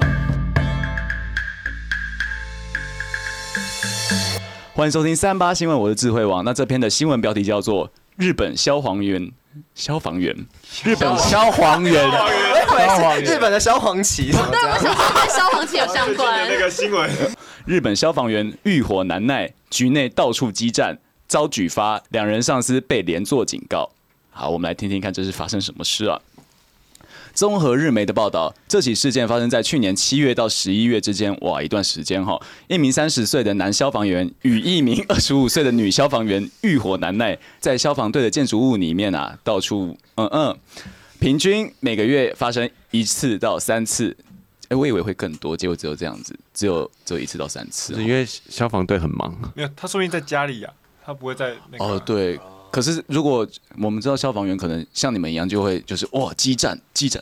Speaker 2: 欢迎收听三八新闻，我是智慧王。那这篇的新闻标题叫做《日本消防员》，消防员，日本消防员，
Speaker 3: 哦
Speaker 4: 日本的消防旗，
Speaker 3: 对，我想说跟消防器有相关。
Speaker 8: 那个新闻，
Speaker 2: 日本消防员遇火难耐，局内到处激战，遭举发，两人上司被连坐警告。好，我们来听听看这是发生什么事啊？综合日媒的报道，这起事件发生在去年七月到十一月之间，哇，一段时间哈。一名三十岁的男消防员与一名二十五岁的女消防员遇火难耐，在消防队的建筑物里面啊，到处嗯嗯，平均每个月发生一次到三次。哎、我以为会更多，结果只有这样子，只有只有一次到三次哦。
Speaker 7: 因为消防队很忙，
Speaker 8: 没有，他说不定在家里呀、他不会在那个。
Speaker 2: 哦，，
Speaker 8: <laughs>
Speaker 2: 对。可是如果我们知道消防员可能像你们一样，就会就是哇激战激战，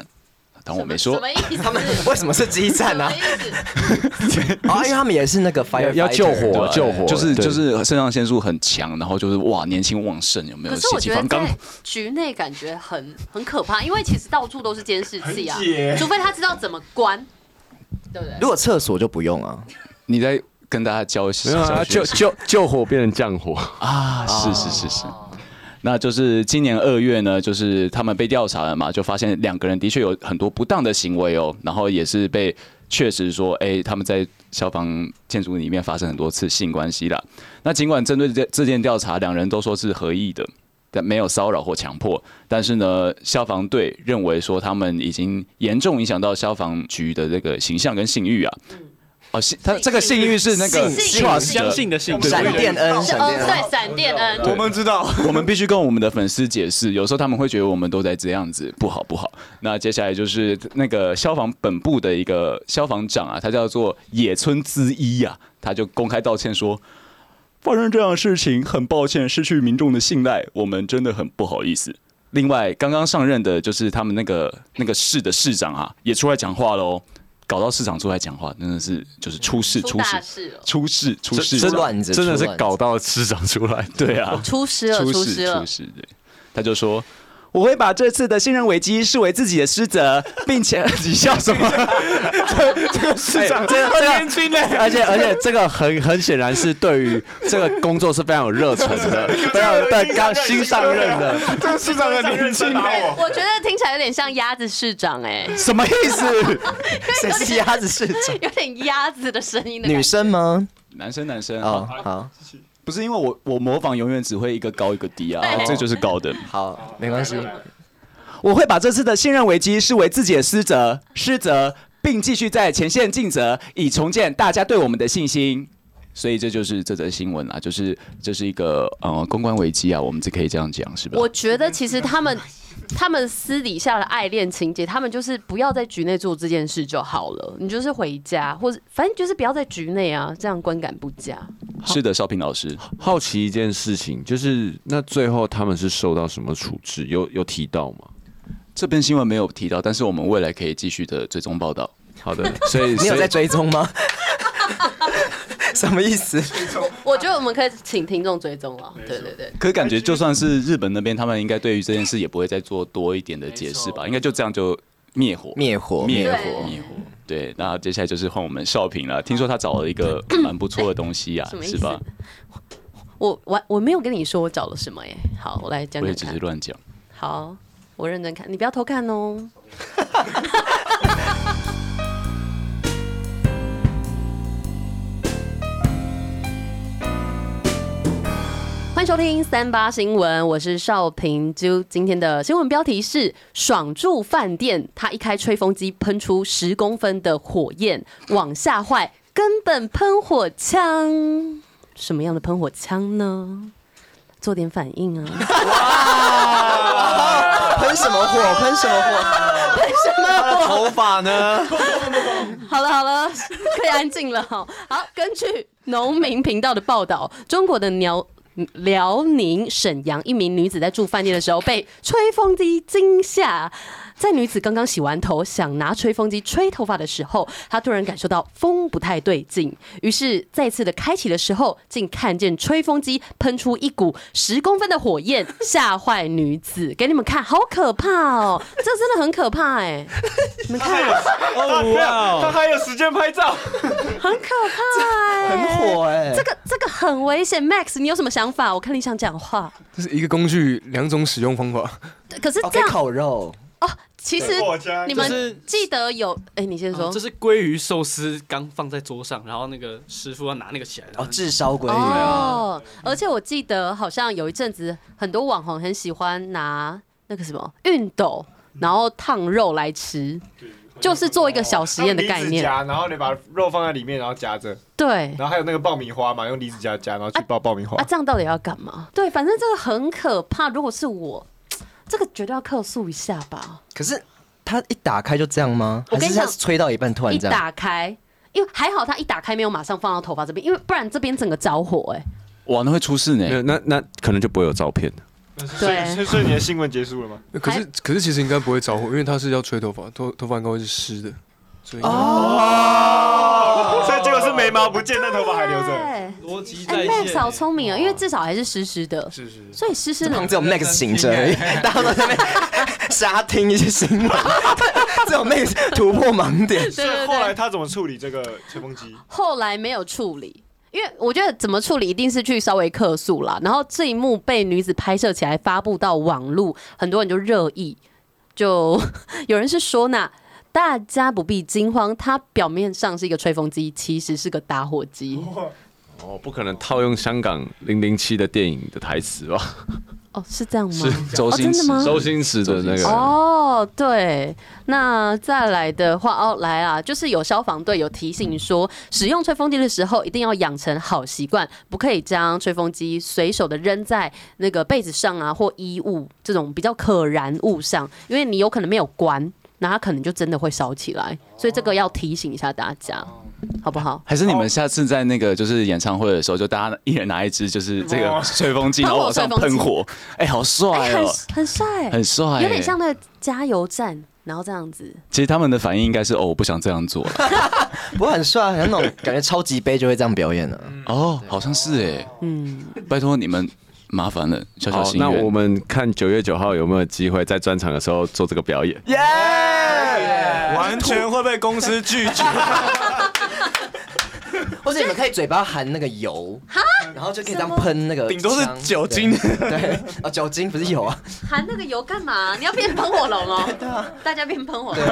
Speaker 2: 当我没
Speaker 3: 什
Speaker 2: 说
Speaker 3: 么。意思？
Speaker 4: 他们 <laughs> 为什么是激战呢
Speaker 3: 什么？意思？
Speaker 4: 啊，因为他们也是那个 fire
Speaker 7: 要救火
Speaker 2: 对
Speaker 7: 救火
Speaker 2: 就是
Speaker 7: 对
Speaker 2: 就是肾上腺素很强，然后就是哇年轻旺盛，有没有
Speaker 3: 可是
Speaker 2: 呃血
Speaker 3: 我
Speaker 2: 气
Speaker 3: 觉得
Speaker 2: 方刚
Speaker 3: 在？局内感觉很很可怕，因为其实到处都是监视器啊
Speaker 8: 很解，
Speaker 3: 除非他知道怎么关，对不对？
Speaker 4: 如果厕所就不用啊，
Speaker 2: 你在跟大家教
Speaker 7: 没有啊，救救救火变成降 <laughs> 火，
Speaker 2: 啊，是是是是。那就是今年二月呢，就是他们被调查了嘛，就发现两个人的确有很多不当的行为哦，然后也是被确实说，哎、他们在消防建筑里面发生很多次性关系啦。那尽管针对这这件调查，两人都说是合意的，但没有骚扰或强迫。但是呢，消防队认为说他们已经严重影响到消防局的这个形象跟信誉啊。哦，信他这个信誉是那个
Speaker 3: 信
Speaker 2: trust 的
Speaker 9: 哦相信的信，
Speaker 2: 对
Speaker 4: 闪电恩，
Speaker 3: 是
Speaker 4: 闪
Speaker 3: 嗯，
Speaker 4: 电恩，
Speaker 3: 对，闪电嗯恩，
Speaker 2: 们知道， <laughs> 我们必须跟我们的粉丝解释，有时候他们会觉得我们都在这样子，不好不好。那接下来就是那个消防本部的一个消防长啊，他叫做野村之一啊，他就公开道歉说。发生这样的事情，很抱歉失去民众的信赖，我们真的很不好意思。另外，刚刚上任的就是他们那个那个市的市长啊，也出来讲话喽，搞到市长出来讲话，真的是就是出事
Speaker 3: 出
Speaker 2: 出事
Speaker 3: 大事了，
Speaker 2: 出事出
Speaker 7: 这
Speaker 2: 事，
Speaker 4: 出乱子
Speaker 7: 真的
Speaker 4: 出
Speaker 7: 是
Speaker 4: 乱子
Speaker 7: 搞到市长出来。
Speaker 2: 对
Speaker 4: <laughs>
Speaker 2: 啊，
Speaker 3: 出师了，
Speaker 2: 出
Speaker 3: 师
Speaker 2: 事
Speaker 3: 了
Speaker 2: 出。事，对，他就说。我会把这次的信任危机视为自己的
Speaker 4: <laughs>
Speaker 2: 失责，并且你笑什么？
Speaker 7: 市
Speaker 8: 啊
Speaker 7: 长真的哎年轻嘞，而且而且哎这个很很显然是对 <laughs> 于这个工作是非常有热忱 <laughs> 的，非常对刚新上任的，
Speaker 8: <laughs> 这个市长很年轻啊！
Speaker 3: 我觉得听起来有点像鸭子市长哎、
Speaker 2: 什么意思？
Speaker 4: <laughs> 谁是鸭子市长？
Speaker 3: <laughs> 有点鸭子的声音的
Speaker 4: 女
Speaker 3: 感觉。
Speaker 4: 生吗？
Speaker 2: 男生男生
Speaker 4: 哦
Speaker 2: 啊，，
Speaker 4: 好
Speaker 2: 不是因为我我模仿永远只会一个高一个低
Speaker 4: <laughs>
Speaker 2: 啊，
Speaker 3: 对
Speaker 2: 这就是高的。
Speaker 4: 好，没关系。
Speaker 2: 我会把这次的信任危机视为自己的失责，失责，并继续在前线尽责，以重建大家对我们的信心。所以这就是这则新闻啦，就是这是一个呃公关危机啊，我们只可以这样讲，是吧？
Speaker 3: 我觉得其实他们。他们私底下的爱恋情节，他们就是不要在局内做这件事就好了。你就是回家，或者反正就是不要在局内啊，这样观感不佳。
Speaker 2: 是的，少平老师，
Speaker 7: 好奇一件事情，就是那最后他们是受到什么处置？有有提到吗？
Speaker 2: 这篇新闻没有提到，但是我们未来可以继续的追踪报道。
Speaker 7: 好的，所以
Speaker 4: 你
Speaker 7: 所
Speaker 4: 有
Speaker 7: 以
Speaker 4: 在追踪吗？什么意思？
Speaker 3: 我觉得我们可以请听众追踪了。对对对，
Speaker 2: 可是感觉就算是日本那边，他们应该对于这件事也不会再做多一点的解释吧？应该就这样就灭火，
Speaker 4: 灭火，
Speaker 2: 灭
Speaker 3: 对
Speaker 2: 火，灭火。对，那接下来就是换我们少平了。听说他找了
Speaker 3: <clears throat>
Speaker 2: 一个蛮不错的东西啊
Speaker 3: 什，么意思
Speaker 2: 是吧？
Speaker 3: 我我我没有跟你说我找了什么耶。好，我来讲
Speaker 2: 我也
Speaker 3: 讲
Speaker 2: 只
Speaker 3: 看。
Speaker 2: 是乱讲。
Speaker 3: 好，我认真看，你不要偷看哦。 <laughs> 欢迎收听三八新闻，我是邵平啾。今天的新闻标题是：爽住饭店，他一开吹风机喷出十公分的火焰，往下坏，根本喷火枪。什么样的喷火枪呢？做点反应啊！
Speaker 4: 喷什么
Speaker 3: 啊
Speaker 4: 火？喷什么火？喷什么火？头发呢？
Speaker 3: 好了好了，可以安静了哈。好，根据农民频道的报道，中国的鸟。辽宁沈阳一名女子在住饭店的时候被吹风机惊吓，在女子刚刚洗完头想拿吹风机吹头发的时候，她突然感受到风不太对劲，于是再次的开启的时候，竟看见吹风机喷出一股十公分的火焰，吓坏女子。给你们看，好可怕哦，这真的很可怕哎、你们看，
Speaker 2: 哦哇，
Speaker 8: 还有时间拍照，
Speaker 3: 很可怕哎、
Speaker 4: 很火哎、
Speaker 3: 这个这个很危险，Max，你有什么想法？我看你想讲话，
Speaker 1: 这是一个工具，两种使用方法。
Speaker 3: 对可是
Speaker 4: 哦，
Speaker 3: 这
Speaker 4: 可以
Speaker 3: 样
Speaker 4: 烤肉，
Speaker 3: 其实
Speaker 8: 家
Speaker 3: 你
Speaker 9: 哦就
Speaker 3: 们
Speaker 9: 是哦
Speaker 3: 记得有，哎、你先说
Speaker 9: 这，是鲑鱼寿司刚放在桌上，然后那个师傅要拿那个起来，然
Speaker 4: 哦，
Speaker 9: 后
Speaker 4: 炙烧鲑鱼，
Speaker 3: 哦，而且我记得好像有一阵子，很多网红很喜欢拿那个什么熨斗，然后烫肉来吃，就是做一个小实验的概
Speaker 9: 哦
Speaker 3: 念。
Speaker 8: 然后你把肉放在里面，然后夹着，
Speaker 3: 对
Speaker 8: 然后还有那个爆米花嘛，用离子夹夹，然后去爆爆米花
Speaker 3: 啊，。这样到底要干嘛？对，反正这个很可怕。如果是我，这个绝对要客诉一下吧。
Speaker 4: 可是它一打开就这样吗？
Speaker 3: 我
Speaker 4: 还
Speaker 3: 跟
Speaker 4: 是
Speaker 3: 你
Speaker 4: 它
Speaker 3: 讲
Speaker 4: 吹到一半突
Speaker 3: 一
Speaker 4: 然这样？
Speaker 3: 打开。因为还好他一打开没有马上放到头发这边，因为不然这边整个着火哎、
Speaker 2: 哇，那会出事
Speaker 7: 没
Speaker 2: 呢。
Speaker 7: 有， <laughs> 那那可能就不会有照片。
Speaker 3: 对
Speaker 8: 所以所以你的新闻结束了吗？
Speaker 1: 可是可是其实应该不会着火，因为它是要吹头发，头头发应该会是湿的，所以应该
Speaker 8: <laughs> 所以结果是眉毛不见，但头发还留着。
Speaker 3: 哎
Speaker 9: 逻辑在
Speaker 3: 哎，Max 好
Speaker 9: 线。
Speaker 3: 聪明啊，因为至少还是湿湿的，
Speaker 1: 是是是
Speaker 3: 所以湿湿
Speaker 4: 这
Speaker 3: 的
Speaker 4: 旁只有 Max 醒着而已， <laughs> 大家都在那边瞎听一些
Speaker 3: <laughs>
Speaker 4: 新闻，只有 Max 突破盲点。
Speaker 3: 对
Speaker 8: 所以
Speaker 3: 对
Speaker 8: 后来
Speaker 3: 对，
Speaker 8: 他怎么处理这个吹风机？
Speaker 3: 后来没有处理。因为我觉得怎么处理一定是去稍微客诉啦，然后这一幕被女子拍摄起来发布到网络，很多人就热议，就 <laughs> 有人是说呢，大家不必惊慌，它表面上是一个吹风机，其实是个打火机。
Speaker 7: 哦，不可能套用香港零零七的电影的台词吧？
Speaker 3: 哦，是这样吗？
Speaker 2: 周
Speaker 3: 哦真
Speaker 2: 星
Speaker 3: 的
Speaker 2: 驰
Speaker 3: 吗，
Speaker 7: <laughs> 周星驰的那个，
Speaker 3: 哦，对，那再来的话，哦，来啊，就是有消防队有提醒说，使用吹风机的时候一定要养成好习惯，不可以将吹风机随手的扔在那个被子上啊或衣物这种比较可燃物上，因为你有可能没有关，那它可能就真的会烧起来，所以这个要提醒一下大家，好不好？
Speaker 2: 还是你
Speaker 7: 哦
Speaker 2: 们下次在那个就是演唱会的时候，就大家一人拿一支就是这个吹风
Speaker 3: <laughs>
Speaker 2: 机，
Speaker 3: 喷
Speaker 2: 然
Speaker 3: 火
Speaker 2: 后往上喷火，哎，好
Speaker 3: 哎、
Speaker 2: 帅哦，
Speaker 3: 很很帅，
Speaker 2: 很帅欸，
Speaker 3: 有点像那个加油站，然后这样子。
Speaker 2: 其实他们的反应应该是哦，我不想这样做了。
Speaker 4: 不过很帅，啊很那种感觉超级杯就会这样表演啊了。
Speaker 8: 嗯
Speaker 7: 嗯
Speaker 2: 哦，好像是哎，
Speaker 3: 嗯，
Speaker 2: 拜托你们麻烦了，小小
Speaker 7: 好，
Speaker 2: 心
Speaker 7: 哦那我
Speaker 2: 愿。
Speaker 7: 们看九月九号有没有机会在专场的时候做这个表演。
Speaker 8: 完全会被公司拒绝。
Speaker 4: 或者你们可以嘴巴含那个油，然后就可以这样喷那个枪，
Speaker 8: 顶多是酒精
Speaker 4: 对。对，哦，酒精不是油啊，
Speaker 3: 含那个油干嘛？你要变喷火龙
Speaker 8: <laughs>
Speaker 3: 哦、
Speaker 8: 啊
Speaker 3: 大家变喷火龙，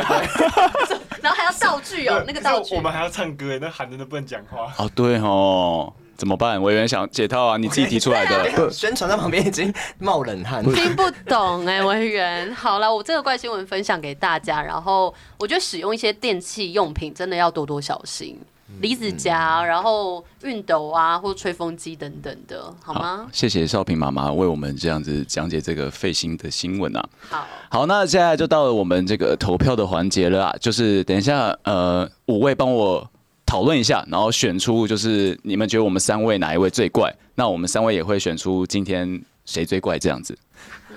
Speaker 3: <laughs> 然后还要道具哦、那个道具。
Speaker 8: <laughs> 我们还要唱歌耶，那喊真的不能讲话。
Speaker 2: 哦，对哦，怎么办？我原来想解套啊，你自己提出
Speaker 3: <laughs>
Speaker 2: 来的。
Speaker 4: 宣传在旁边已经冒冷汗。
Speaker 3: 听不懂哎、文员。好了，我这个怪新闻分享给大家。然后我觉得使用一些电器用品真的要多多小心，
Speaker 8: 嗯
Speaker 3: 离子夹，然后熨斗啊，或吹风机等等的，好吗？
Speaker 2: 谢谢少平妈妈为我们这样子讲解这个费心的新闻啊。
Speaker 3: 好，
Speaker 2: 好，那现在就到了我们这个投票的环节了啊，就是等一下，呃，五位帮我讨论一下，然后选出就是你们觉得我们三位哪一位最怪，那我们三位也会选出今天谁最怪这样子。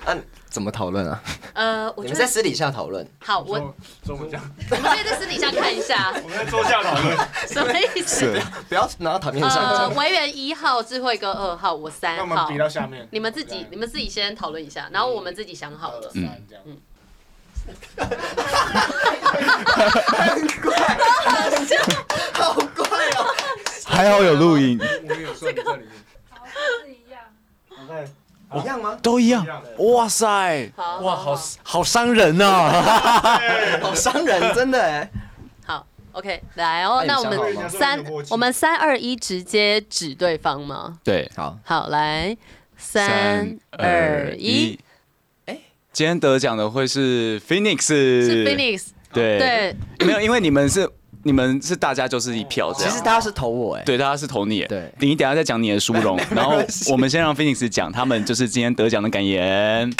Speaker 4: 啊，怎么讨论啊？
Speaker 3: 呃，我
Speaker 4: 你
Speaker 3: 觉
Speaker 4: 们在
Speaker 3: 得
Speaker 4: 私底下讨论。
Speaker 3: 好，我
Speaker 8: 怎么
Speaker 1: <laughs>
Speaker 8: 讲？
Speaker 3: 我们可以在私底下看一
Speaker 8: <laughs>
Speaker 3: 下，
Speaker 8: 我们在桌下讨论。
Speaker 3: 什么意思？
Speaker 4: <laughs> 不要拿到台
Speaker 8: <laughs>
Speaker 4: 面上
Speaker 3: 呃，
Speaker 4: 讲。
Speaker 3: 文员一号，智慧哥二号，我三
Speaker 8: 那我们
Speaker 3: 号
Speaker 8: 比。到下面。
Speaker 3: 你
Speaker 1: 嗯
Speaker 3: 们自己，你们自己先讨论一下，然后我们自己想好了。
Speaker 8: 嗯，这样。
Speaker 4: 好怪哦！
Speaker 2: 还好有录音，
Speaker 4: 一样吗？
Speaker 2: 都一样。哇塞，
Speaker 3: 好，哇，好好
Speaker 2: 好伤人呐、
Speaker 4: 好伤人，真的
Speaker 2: <laughs>
Speaker 4: 哎。
Speaker 3: 好，OK，来哦
Speaker 4: 哎，
Speaker 3: 那
Speaker 4: 你
Speaker 3: 我
Speaker 4: 想好了
Speaker 3: 们
Speaker 4: 吗
Speaker 3: 三，我们三二一直接指对方吗？
Speaker 2: 对，
Speaker 4: 好，
Speaker 3: 好，来，三二一，。
Speaker 4: 哎
Speaker 2: 今天得奖的会是 Phoenix，
Speaker 3: 是 Phoenix，哦
Speaker 2: 对，
Speaker 3: 对，
Speaker 2: 没有，因为你们是你们是大家就是一票这
Speaker 4: 其
Speaker 2: 样。
Speaker 4: 实大家是投我哎。
Speaker 2: 对，大家是投你。
Speaker 4: 对
Speaker 2: 你等一下再讲你的殊荣，然后我们先让 Phoenix 讲他们就是今天得奖的感言。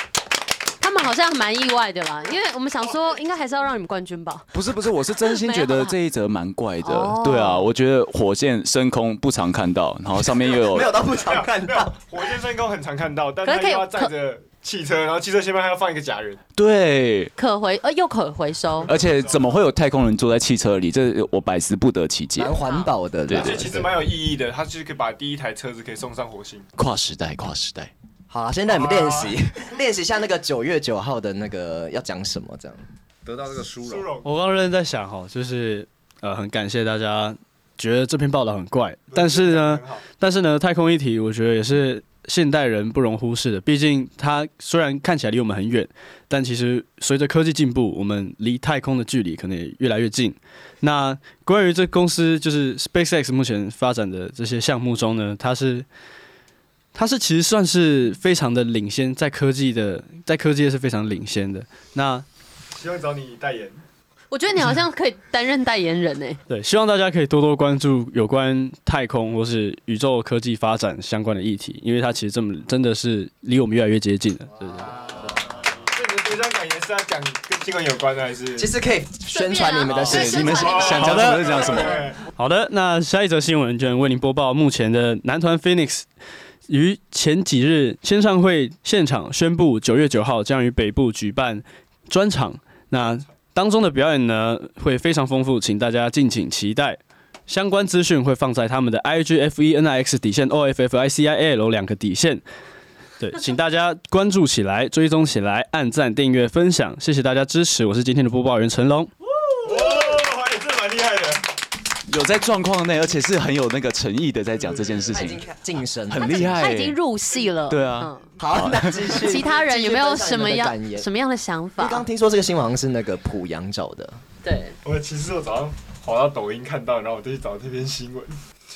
Speaker 3: 他们们好像蛮意外的啦，因为我们想说应该还是要让你们冠军吧。
Speaker 2: 不是不是，我是真心
Speaker 3: <laughs> 没
Speaker 2: 觉
Speaker 3: 有
Speaker 2: 得
Speaker 3: 啦
Speaker 2: 这一则蛮怪
Speaker 3: 哦
Speaker 2: 的。对啊，我觉得火箭升空不常看到，然后上面又
Speaker 4: <laughs> 没有
Speaker 2: 有
Speaker 4: 到不常看
Speaker 8: 没
Speaker 4: 到
Speaker 8: 有， <laughs> 火箭升空很常看到，但
Speaker 3: 可
Speaker 8: 他
Speaker 3: 是可以
Speaker 8: 又要载着汽车，然后汽车前面还要放一个假人。
Speaker 2: 对，
Speaker 3: 可回呃又可回收，
Speaker 2: 而且怎么会有太空人坐在汽车里？这我百思不得其
Speaker 4: <laughs>
Speaker 2: 解
Speaker 4: 蛮。环保的啦，
Speaker 2: 对
Speaker 8: 而且其实蛮有意义的，它就是可以把第一台车子可以送上火星。
Speaker 2: 跨时代，跨时代。
Speaker 4: 好啊啦，先让你们练习 <laughs> 练习一下那个九月九号的那个要讲什么，这样
Speaker 1: 得到这个殊
Speaker 8: <laughs> 殊荣，
Speaker 9: 我刚刚认真在想哈，就是呃，很感谢大家觉得这篇报道很怪，但是呢，
Speaker 8: 很好，
Speaker 9: 但是呢，太空议题我觉得也是现代人不容忽视的。毕竟它虽然看起来离我们很远，但其实随着科技进步，我们离太空的距离可能也越来越近。那关于这公司就是 SpaceX 目前发展的这些项目中呢，它是它是其实算是非常的领先，在科技的在科技业是非常领先的。那
Speaker 8: 希望找你代言。
Speaker 3: 我觉得你好像可以担任代言人哎。
Speaker 9: 对，希望大家可以多多关注有关太空或是宇宙科技发展相关的议题，因为它其实这么真的是离我们越来越接近了。对对对。
Speaker 8: 所以你的得奖感言是要讲跟新闻有关的，还是
Speaker 4: 其实可以宣传你们的事
Speaker 3: 啊对
Speaker 4: 情。
Speaker 2: 你们
Speaker 3: 宣传
Speaker 2: 想讲什么就讲什么。
Speaker 8: 对
Speaker 9: 好的，那下一则新闻就为您播报目前的男团 Phoenix。于前几日签唱会现场宣布，九月九号将于北部举办专场。那当中的表演呢，会非常丰富，请大家敬请期待。相关资讯会放在他们的 IG F E N I X 底线 O F F I C I A L 两个底线。对，请大家关注起来，追踪起来，按赞、订阅、分享，谢谢大家支持。我是今天的播报员成龙。
Speaker 8: 哇，这哦蛮厉害的。
Speaker 2: 有在状况内，而且是很有那个诚意的在讲这件事
Speaker 4: 他已
Speaker 2: 情
Speaker 4: 经，晋升了
Speaker 2: 很厉害、
Speaker 3: 他已经入戏了。
Speaker 2: 对啊
Speaker 4: 好，那继
Speaker 3: <laughs>
Speaker 4: 续。
Speaker 3: 嗯，其他人有没有什么样
Speaker 4: 继续分享你们的感言
Speaker 3: 什么样的想
Speaker 4: 因为刚
Speaker 3: 法
Speaker 4: 刚？听说这个新闻好像是那个濮阳找的，
Speaker 3: 对，
Speaker 8: 我其实我早上滑到抖音看到，然后我就去找这篇新闻。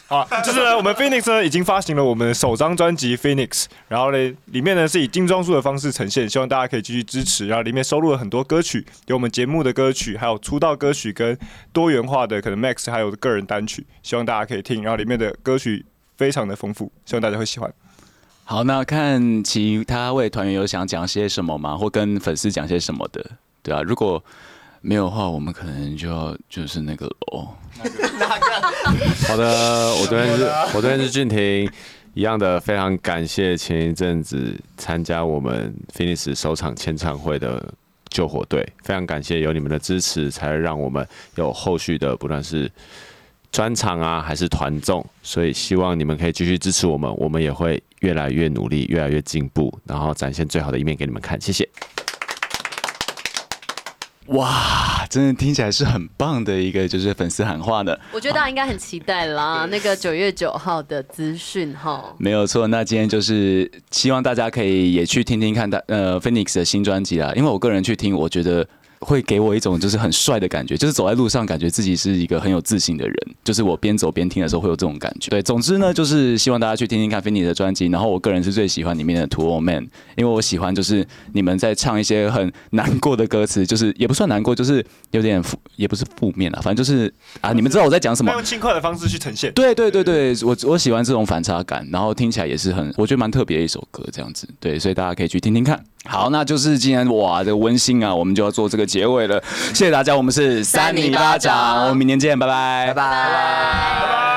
Speaker 8: 好，就是呢，我们 Phoenix 呢已经发行了我们的首张专辑 Phoenix，然后呢，里面呢是以精装束的方式呈现，希望大家可以继续支持。然后里面收录了很多歌曲，有我们节目的歌曲，还有出道歌曲跟多元化的可能 Max 还有个人单曲，希望大家可以听。然后里面的歌曲非常的丰富，希望大家会喜欢。
Speaker 2: 好，那看其他位团员有想讲些什么吗？或跟粉丝讲些什么的，对啊，如果没有的话，我们可能就要就是那个哦，
Speaker 7: 好的，我这边是，我这边是俊廷，一样的，非常感谢前一阵子参加我们 Finish 首场签唱会的救火队，非常感谢有你们的支持，才让我们有后续的，不论是专场啊，还是团综，所以希望你们可以继续支持我们，我们也会越来越努力，越来越进步，然后展现最好的一面给你们看，谢谢。
Speaker 2: 哇，真的听起来是很棒的一个就是粉丝喊话呢。
Speaker 3: 我觉得大家应该很期待啦，那个九月九号的资讯哈。
Speaker 2: 没有错，那今天就是希望大家可以也去听听看大呃 Phoenix 的新专辑啦，因为我个人去听，我觉得会给我一种就是很帅的感觉，就是走在路上感觉自己是一个很有自信的人，就是我边走边听的时候会有这种感觉。对，总之呢，就是希望大家去听听看 Phoenix 的专辑，然后我个人是最喜欢里面的《To All Man》，因为我喜欢就是你们在唱一些很难过的歌词，就是也不算难过，就是有点负，也不是负面啦，反正就是啊，你们知道我在讲什么
Speaker 8: 那。用轻快的方式去呈现。
Speaker 2: 对对对对，我我喜欢这种反差感，然后听起来也是很，我觉得蛮特别的一首歌，这样子。对，所以大家可以去听听看。好，那就是今天哇，这个温馨啊，我们就要做这个结尾了。谢谢大家，我们是
Speaker 3: 三米巴掌
Speaker 2: 我们明年见，拜拜，拜拜。
Speaker 3: 拜拜。